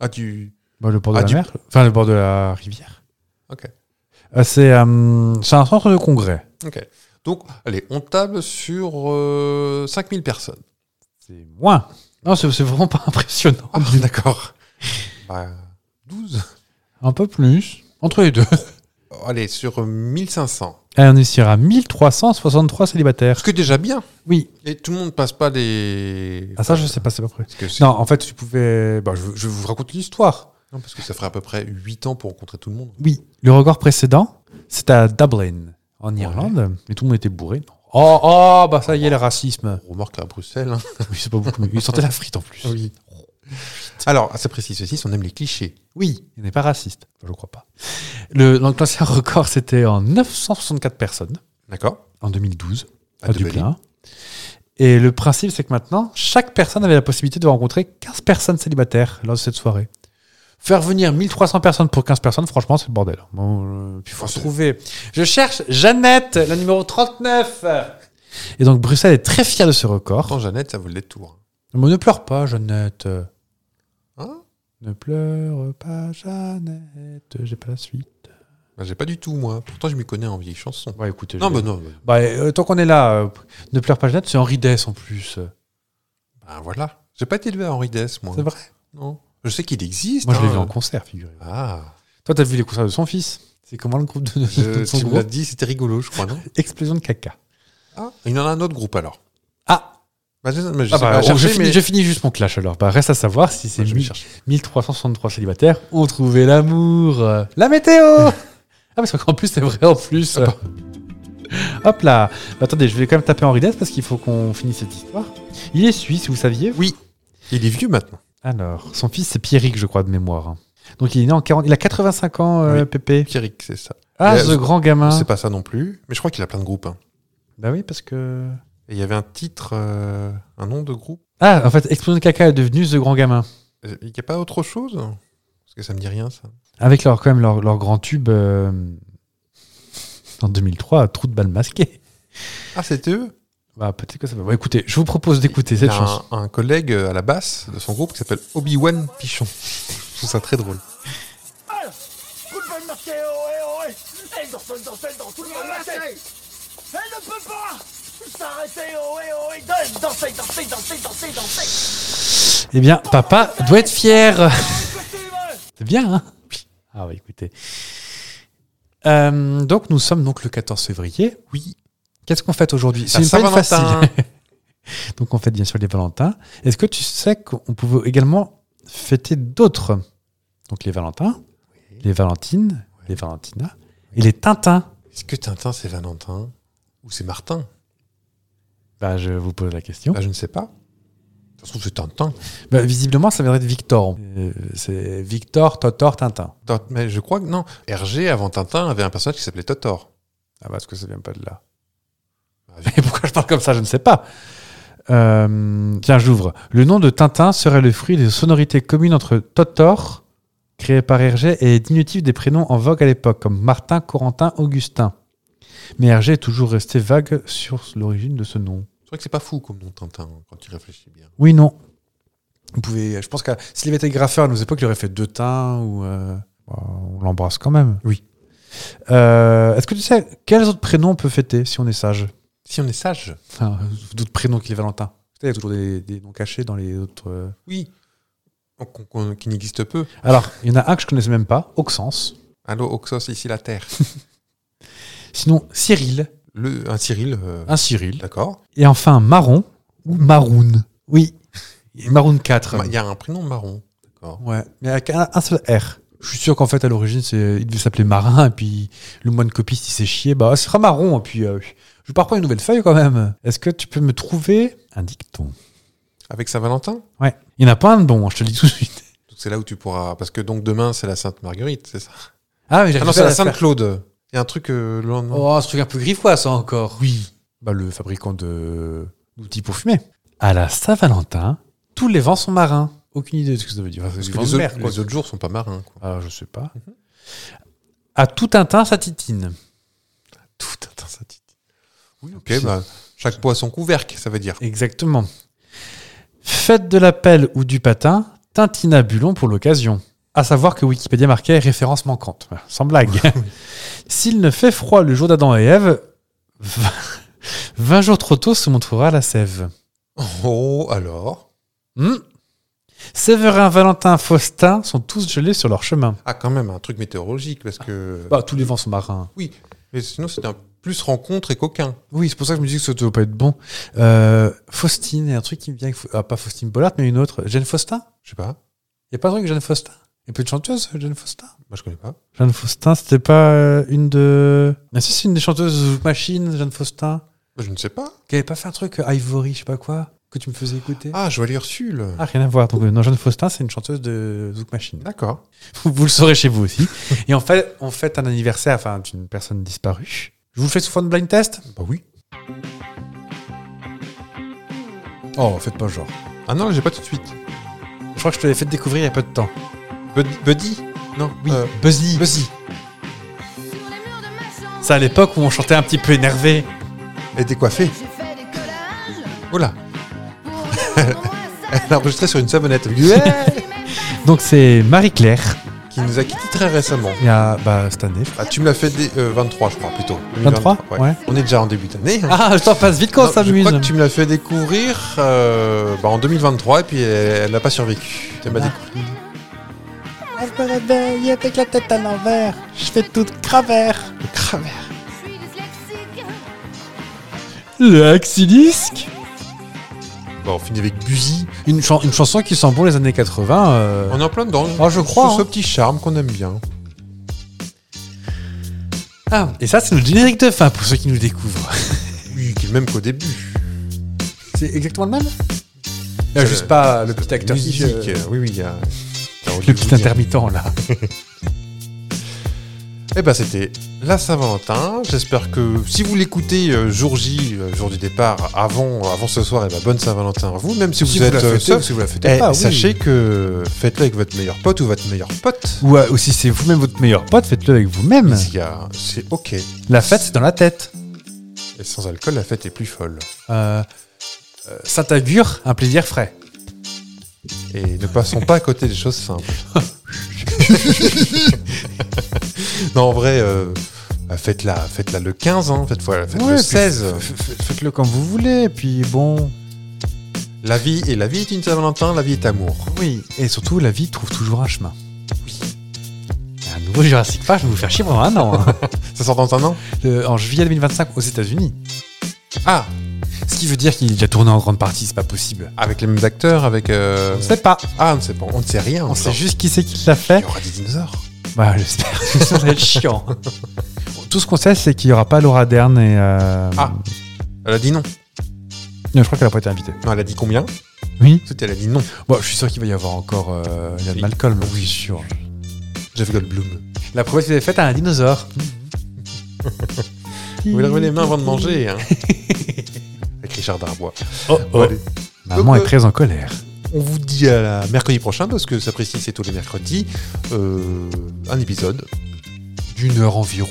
Speaker 1: Ah, tu.
Speaker 2: bah, le port de
Speaker 1: Ah,
Speaker 2: la
Speaker 1: du-
Speaker 2: mer, enfin le bord de la rivière.
Speaker 1: Ok.
Speaker 2: Euh, c'est euh, c'est un centre de congrès.
Speaker 1: Ok. Donc, allez, on table sur euh, 5000 personnes.
Speaker 2: C'est moins. Non, c'est c'est vraiment pas impressionnant.
Speaker 1: Ah, d'accord. Bah, 12.
Speaker 2: Un peu plus. Entre les deux.
Speaker 1: Allez, sur 1500.
Speaker 2: Et on est sur à 1363 célibataires.
Speaker 1: Ce que déjà bien.
Speaker 2: Oui.
Speaker 1: Et tout le monde passe pas les.
Speaker 2: Ah ça, je sais pas, c'est pas prêt.
Speaker 1: Parce que c'est-
Speaker 2: Non, en fait, tu pouvais. bah, je, je vous raconte l'histoire.
Speaker 1: non, parce que ça ferait à peu près 8 ans pour rencontrer tout le monde.
Speaker 2: Oui. Le record précédent, c'était à Dublin, en
Speaker 1: Ouais.
Speaker 2: Irlande. Mais tout le monde était bourré. Oh, oh, bah ça y est, le racisme.
Speaker 1: On remarque à Bruxelles. hein.
Speaker 2: Oui, c'est pas beaucoup mieux. Ils sortaient la frite en plus.
Speaker 1: Oui. Alors, ça précise ceci, on aime les clichés.
Speaker 2: Oui, il n'est pas raciste. Enfin, Je crois pas. Le, donc l'ancien record, c'était en 964 personnes
Speaker 1: D'accord
Speaker 2: en 2012 à,
Speaker 1: À
Speaker 2: Dublin. Ah, Et le principe, c'est que maintenant, chaque personne avait la possibilité de rencontrer 15 personnes célibataires lors de cette soirée. Faire venir 1300 personnes pour 15 personnes, franchement, c'est le bordel. Bon, euh, puis faut
Speaker 1: Ouais, c'est-
Speaker 2: trouver. Je cherche Jeannette, la numéro 39. Et donc Bruxelles est très fière de ce record.
Speaker 1: Pourtant, Jeannette, ça vaut le détour.
Speaker 2: Mais ne pleure pas, Jeannette.
Speaker 1: Hein
Speaker 2: Ne pleure pas, Jeannette. J'ai pas la suite.
Speaker 1: Bah, J'ai pas du tout, moi. Pourtant, je m'y connais en vieille chanson.
Speaker 2: Ouais, écoutez.
Speaker 1: Non,
Speaker 2: je-
Speaker 1: bah non. bah,
Speaker 2: Bah, euh, tant qu'on est là, euh, ne pleure pas, Jeannette, c'est Henri Dess en plus.
Speaker 1: bah, voilà. J'ai pas été élevé à Henri Dess, moi.
Speaker 2: C'est vrai.
Speaker 1: Non. Je sais qu'il existe.
Speaker 2: Moi, je l'ai
Speaker 1: hein.
Speaker 2: vu en concert, figurez-vous.
Speaker 1: Ah.
Speaker 2: euh, Toi, t'as vu les concerts de son fils C'est comment le groupe de, de
Speaker 1: Je,
Speaker 2: son
Speaker 1: tu me l'as
Speaker 2: groupe
Speaker 1: dit, c'était rigolo, je crois, non
Speaker 2: Explosion de caca.
Speaker 1: ah. Il y en a un autre groupe, alors.
Speaker 2: Ah,
Speaker 1: Bah, je, mais je
Speaker 2: Ah
Speaker 1: sais
Speaker 2: bah,
Speaker 1: pas,
Speaker 2: je,
Speaker 1: Roger,
Speaker 2: je finis,
Speaker 1: mais-
Speaker 2: je finis juste mon clash alors. Bah, reste à savoir si c'est
Speaker 1: Moi, je vais
Speaker 2: mille-
Speaker 1: chercher.
Speaker 2: 1363 célibataires ont trouvé l'amour. Euh, La météo Ah, mais c'est vrai qu'en plus, c'est vrai en plus.
Speaker 1: Ah bah.
Speaker 2: Hop là Bah, Attendez, je vais quand même taper Henri Dess parce qu'il faut qu'on finisse cette histoire. Il est suisse, vous saviez
Speaker 1: Oui. Il est vieux maintenant.
Speaker 2: Alors, son fils, c'est Pierrick, je crois, de mémoire. hein. Donc, il est né en 40... Il a 85 ans, euh,
Speaker 1: Oui.
Speaker 2: Pépé.
Speaker 1: Pierrick, c'est ça.
Speaker 2: Ah,
Speaker 1: Et,
Speaker 2: ce
Speaker 1: euh,
Speaker 2: grand gamin.
Speaker 1: C'est pas ça non plus. Mais je crois qu'il a plein de groupes. hein.
Speaker 2: Bah oui, parce que...
Speaker 1: Et il y avait un titre, euh, un nom de groupe.
Speaker 2: Ah, en fait, Explosion de caca est devenu ce grand gamin.
Speaker 1: Euh, Il n'y a pas autre chose Parce que ça me dit rien, ça.
Speaker 2: Avec leur, quand même leur, leur grand tube euh, en 2003, Trou de balle masqué.
Speaker 1: Ah, c'était eux
Speaker 2: Bah, peut-être que ça va. Bon, écoutez, je vous propose d'écouter
Speaker 1: Il
Speaker 2: cette
Speaker 1: a
Speaker 2: chanson.
Speaker 1: un, un collègue euh, à la basse de son groupe qui s'appelle Obi-Wan Pichon. Je trouve ça très drôle.
Speaker 7: Coup de poing marqué, oh eh, oh eh Elle danse, elle danse, elle danse, tout le monde la tête Elle ne peut pas s'arrêter, oh eh, oh eh Danse, danse, danse, danse, danse, danse
Speaker 2: Eh bien, papa doit être fier. C'est bien, hein Ah oui, écoutez. Euh, donc, nous sommes donc le 14 février. Oui. Qu'est-ce qu'on fête aujourd'hui C'est
Speaker 1: La
Speaker 2: une semaine
Speaker 1: Saint-Valentin.
Speaker 2: facile. donc, on fête bien sûr les Valentins. Est-ce que tu sais qu'on pouvait également fêter d'autres Donc, les Valentins, les Valentines, les Valentinas et les Tintins.
Speaker 1: Est-ce que Tintin, c'est Valentin Ou c'est Martin
Speaker 2: Bah, je vous pose la question.
Speaker 1: Bah, Je ne sais pas. Ça se trouve, c'est Tintin.
Speaker 2: Bah, visiblement, ça viendrait de Victor. Euh, c'est Victor, Totor, Tintin.
Speaker 1: Tot- Mais je crois que non. Hergé, avant Tintin, avait un personnage qui s'appelait Totor.
Speaker 2: Ah, parce que ça vient pas de là.
Speaker 1: Ah, oui.
Speaker 2: Et pourquoi je parle comme ça Je ne sais pas. Euh, tiens, j'ouvre. Le nom de Tintin serait le fruit des sonorités communes entre Totor, créé par Hergé, et les diminutifs des prénoms en vogue à l'époque, comme Martin, Corentin, Augustin. Mais Hergé est toujours resté vague sur l'origine de ce nom.
Speaker 1: C'est vrai que c'est pas fou comme nom Tintin, quand tu réfléchis bien.
Speaker 2: Oui, non.
Speaker 8: Vous pouvez, je pense que s'il avait été graffeur à nos époques, il aurait fait deux teints ou. euh,
Speaker 2: Bah, on l'embrasse quand même.
Speaker 8: Oui.
Speaker 2: Euh, Est-ce que tu sais quels autres prénoms on peut fêter si on est sage
Speaker 1: Si on est sage.
Speaker 2: Enfin,
Speaker 8: d'autres prénoms que les Valentins. Il y a toujours des, des noms cachés dans les autres. euh,
Speaker 1: Oui. Donc, qu'on- qu'on- qui n'existe peu.
Speaker 2: Alors, il y en a un que je connaissais même pas, Auxence.
Speaker 1: Allô, Oxos, ici la Terre.
Speaker 2: Sinon, Cyril.
Speaker 1: Le, un Cyril. euh,
Speaker 2: Un Cyril.
Speaker 1: D'accord.
Speaker 2: Et enfin, marron ou maroon. Oui. Maroon 4.
Speaker 1: Il y a un prénom marron.
Speaker 2: Ouais, mais avec un, un seul R. Je suis sûr qu'en fait, à l'origine, c'est, il devait s'appeler Marin, et puis le moine copiste, il s'est chié. Bah, ce sera marron, et puis euh, je vais pas reprendre une nouvelle feuille quand même. Est-ce que tu peux me trouver un dicton
Speaker 1: Avec Saint-Valentin
Speaker 2: Ouais. Il n'y en a pas un de bon, je te le dis tout de suite.
Speaker 1: Donc, c'est là où tu pourras. Parce que donc demain, c'est la Sainte Marguerite, c'est ça
Speaker 2: Ah, mais
Speaker 1: Ah non, c'est la Sainte Claude. Il y a un truc euh, le lendemain.
Speaker 2: Oh, ce truc un peu griffois, ça encore. Oui.
Speaker 8: bah, le fabricant de.
Speaker 2: Outil pour fumer. À la Saint-Valentin, tous les vents sont marins. Aucune idée de ce que ça veut dire.
Speaker 1: Parce
Speaker 2: Les
Speaker 1: que
Speaker 2: vents de
Speaker 1: les, autres,
Speaker 2: mer, quoi.
Speaker 1: les autres jours sont pas marins. Quoi.
Speaker 2: Ah, je sais pas. À tout un teint, ça titine.
Speaker 1: Tout atteint sa tite. Oui, ok.
Speaker 2: puis c'est-
Speaker 1: bah, chaque poisson couvercle, ça veut dire.
Speaker 2: Exactement. Faites de la pelle ou du patin, tintinabulon pour l'occasion. À savoir que Wikipédia marquait référence manquante. Sans blague. S'il ne fait froid le jour d'Adam et Ève, 20 jours trop tôt se montrera la sève.
Speaker 1: Oh, alors
Speaker 2: Hmm Séverin, Valentin, Faustin sont tous gelés sur leur chemin.
Speaker 1: Ah, quand même, un truc météorologique, parce que.
Speaker 2: Bah, tous les vents sont marins.
Speaker 1: Mais sinon, c'est un plus rencontre et coquin.
Speaker 2: Oui, c'est pour ça que je me dis que ça ne doit pas être bon. Euh, Faustine, il y a un truc qui me vient. avec Fa- Ah, pas Faustine Bollard, mais une autre. Jeanne Faustin
Speaker 1: Je sais pas.
Speaker 2: Il n'y a pas un truc Jeanne Faustin Il n'y a pas une chanteuse, Jeanne Faustin
Speaker 1: Moi, je connais pas.
Speaker 2: Jeanne Faustin, c'était pas euh, une de. Ah, si, c'est une des chanteuses machine, Jeanne Faustin,
Speaker 1: Bah, Je ne sais pas.
Speaker 2: qui avait pas fait un truc euh, Ivory, je sais pas quoi, que tu me faisais écouter. Ah,
Speaker 1: Ah, Joël Ursule.
Speaker 2: rien à voir. Donc, euh, non, Jeanne Faustin, c'est une chanteuse de Zouk Machine.
Speaker 1: D'accord.
Speaker 2: Vous, vous le saurez chez vous aussi. Et en fait, on fête un anniversaire enfin, d'une personne disparue. Je vous le fais sous forme de blind test
Speaker 1: Bah oui.
Speaker 8: Oh, faites pas genre.
Speaker 1: Ah non, là, j'ai pas tout de suite.
Speaker 2: Je crois que je te l'ai fait découvrir il y a peu de temps.
Speaker 1: Buddy, Buddy Non, oui.
Speaker 2: Buzzy.
Speaker 1: Buzzy.
Speaker 2: C'est à l'époque où on chantait un petit peu énervé.
Speaker 1: Elle était coiffée. Oh là Elle a enregistré sur une savonnette.
Speaker 2: Donc c'est Marie-Claire.
Speaker 1: qui nous a quittés très récemment.
Speaker 2: Il y a bah, cette année. je crois.
Speaker 1: Ah, tu me l'as fait dès, euh, 23, je crois, plutôt.
Speaker 2: 23, ouais.
Speaker 1: On est déjà en début d'année. hein.
Speaker 2: Ah, je t'en passe vite quand
Speaker 1: Non,
Speaker 2: ça
Speaker 1: je
Speaker 2: m'amuse.
Speaker 1: crois que tu me l'as fait découvrir euh, bah, en 2023 et puis elle n'a pas survécu. Elle m'a
Speaker 2: Ah.
Speaker 1: dit-
Speaker 2: Je me réveille avec la tête à l'envers. Je fais tout travers. Travers. Le Axidisque
Speaker 1: Bon, on finit avec Buzy.
Speaker 2: une, chan- une chanson qui sent bon les années 80. euh,
Speaker 1: On est en plein dedans.
Speaker 2: Ah, je crois,
Speaker 1: Ce, ce
Speaker 2: hein.
Speaker 1: petit charme qu'on aime bien.
Speaker 2: Ah, et ça, c'est le générique de fin pour ceux qui nous découvrent.
Speaker 1: Oui, qui est même qu'au début.
Speaker 2: C'est exactement le même
Speaker 1: C'est
Speaker 2: Juste
Speaker 1: le-
Speaker 2: Ah, pas le petit acteur
Speaker 1: Musique,
Speaker 2: qui. euh,
Speaker 1: euh, oui, oui, il y a.
Speaker 2: Le petit intermittent, là.
Speaker 1: Eh ben, c'était la Saint-Valentin. J'espère que si vous l'écoutez euh, jour J, euh, jour du départ, avant, avant ce soir, eh ben, bonne Saint-Valentin à vous, même si vous
Speaker 8: Si vous
Speaker 1: êtes
Speaker 8: la
Speaker 1: euh,
Speaker 8: fêtez
Speaker 1: seul.
Speaker 8: ou si vous la fêtez
Speaker 1: Eh,
Speaker 8: pas, oui.
Speaker 1: Sachez que faites-le avec votre meilleur pote ou votre meilleure pote.
Speaker 2: Ou, euh, ou si c'est vous-même votre meilleur pote, faites-le avec vous-même.
Speaker 1: Il y a- C'est ok.
Speaker 2: La fête, c'est dans la tête.
Speaker 1: Et Et sans alcool, la fête est plus folle.
Speaker 2: Euh, euh, Saint-Augure, un plaisir frais.
Speaker 1: Et ne passons pas à côté des choses simples. non, en vrai, euh, bah, faites-la faites le 15, hein, faites, voilà, faites
Speaker 2: Ouais,
Speaker 1: le
Speaker 2: puis
Speaker 1: 16.
Speaker 2: f- f- Faites-le comme vous voulez, puis bon.
Speaker 1: La vie, et la vie est une Saint-Valentin, la vie est amour.
Speaker 2: Oui.
Speaker 9: Et surtout, la vie trouve toujours un chemin.
Speaker 2: Un nouveau Jurassic Park, je vais vous faire chier pendant un an. hein.
Speaker 1: Ça sort dans un an
Speaker 2: Le- en juillet 2025 aux États-Unis.
Speaker 1: Ah
Speaker 2: Ce qui veut dire qu'il est déjà tourné en grande partie, c'est pas possible.
Speaker 1: Avec les mêmes acteurs, avec. euh,
Speaker 2: On sait pas.
Speaker 1: Ah, on ne sait pas, on ne sait rien.
Speaker 2: On
Speaker 1: encore.
Speaker 2: sait juste qui c'est qui l'a fait.
Speaker 1: Il y aura des dinosaures.
Speaker 2: Bah, j'espère. Ça va être chiant. Tout ce qu'on sait, c'est qu'il y aura pas Laura Dern et. euh,
Speaker 1: Ah. Elle a dit non.
Speaker 2: Non, je crois qu'elle a pas été invitée.
Speaker 1: Non, elle a dit combien
Speaker 2: Oui.
Speaker 1: Tout, elle a dit non.
Speaker 9: Bon, je suis sûr qu'il va y avoir encore euh, Ian
Speaker 1: Oui.
Speaker 9: Malcolm. Oui, sûr.
Speaker 1: Jeff Goldblum.
Speaker 2: La promesse qu'il avait faite à un dinosaure.
Speaker 1: Vous lavez les mains avant de manger, hein Avec Richard Darbois.
Speaker 2: Oh,
Speaker 1: Bon, allez.
Speaker 2: Maman est très en colère.
Speaker 1: On vous dit à la mercredi prochain, parce que ça précise, c'est tous les mercredis, euh, un épisode.
Speaker 9: D'une heure environ.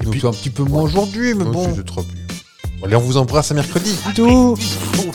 Speaker 1: Et
Speaker 9: Donc,
Speaker 1: puis-
Speaker 9: un petit peu moins aujourd'hui, mais
Speaker 1: Oh,
Speaker 9: bon.
Speaker 1: c'est trop bien. Allez, on vous embrasse à mercredi.
Speaker 2: Tout.
Speaker 3: Oh,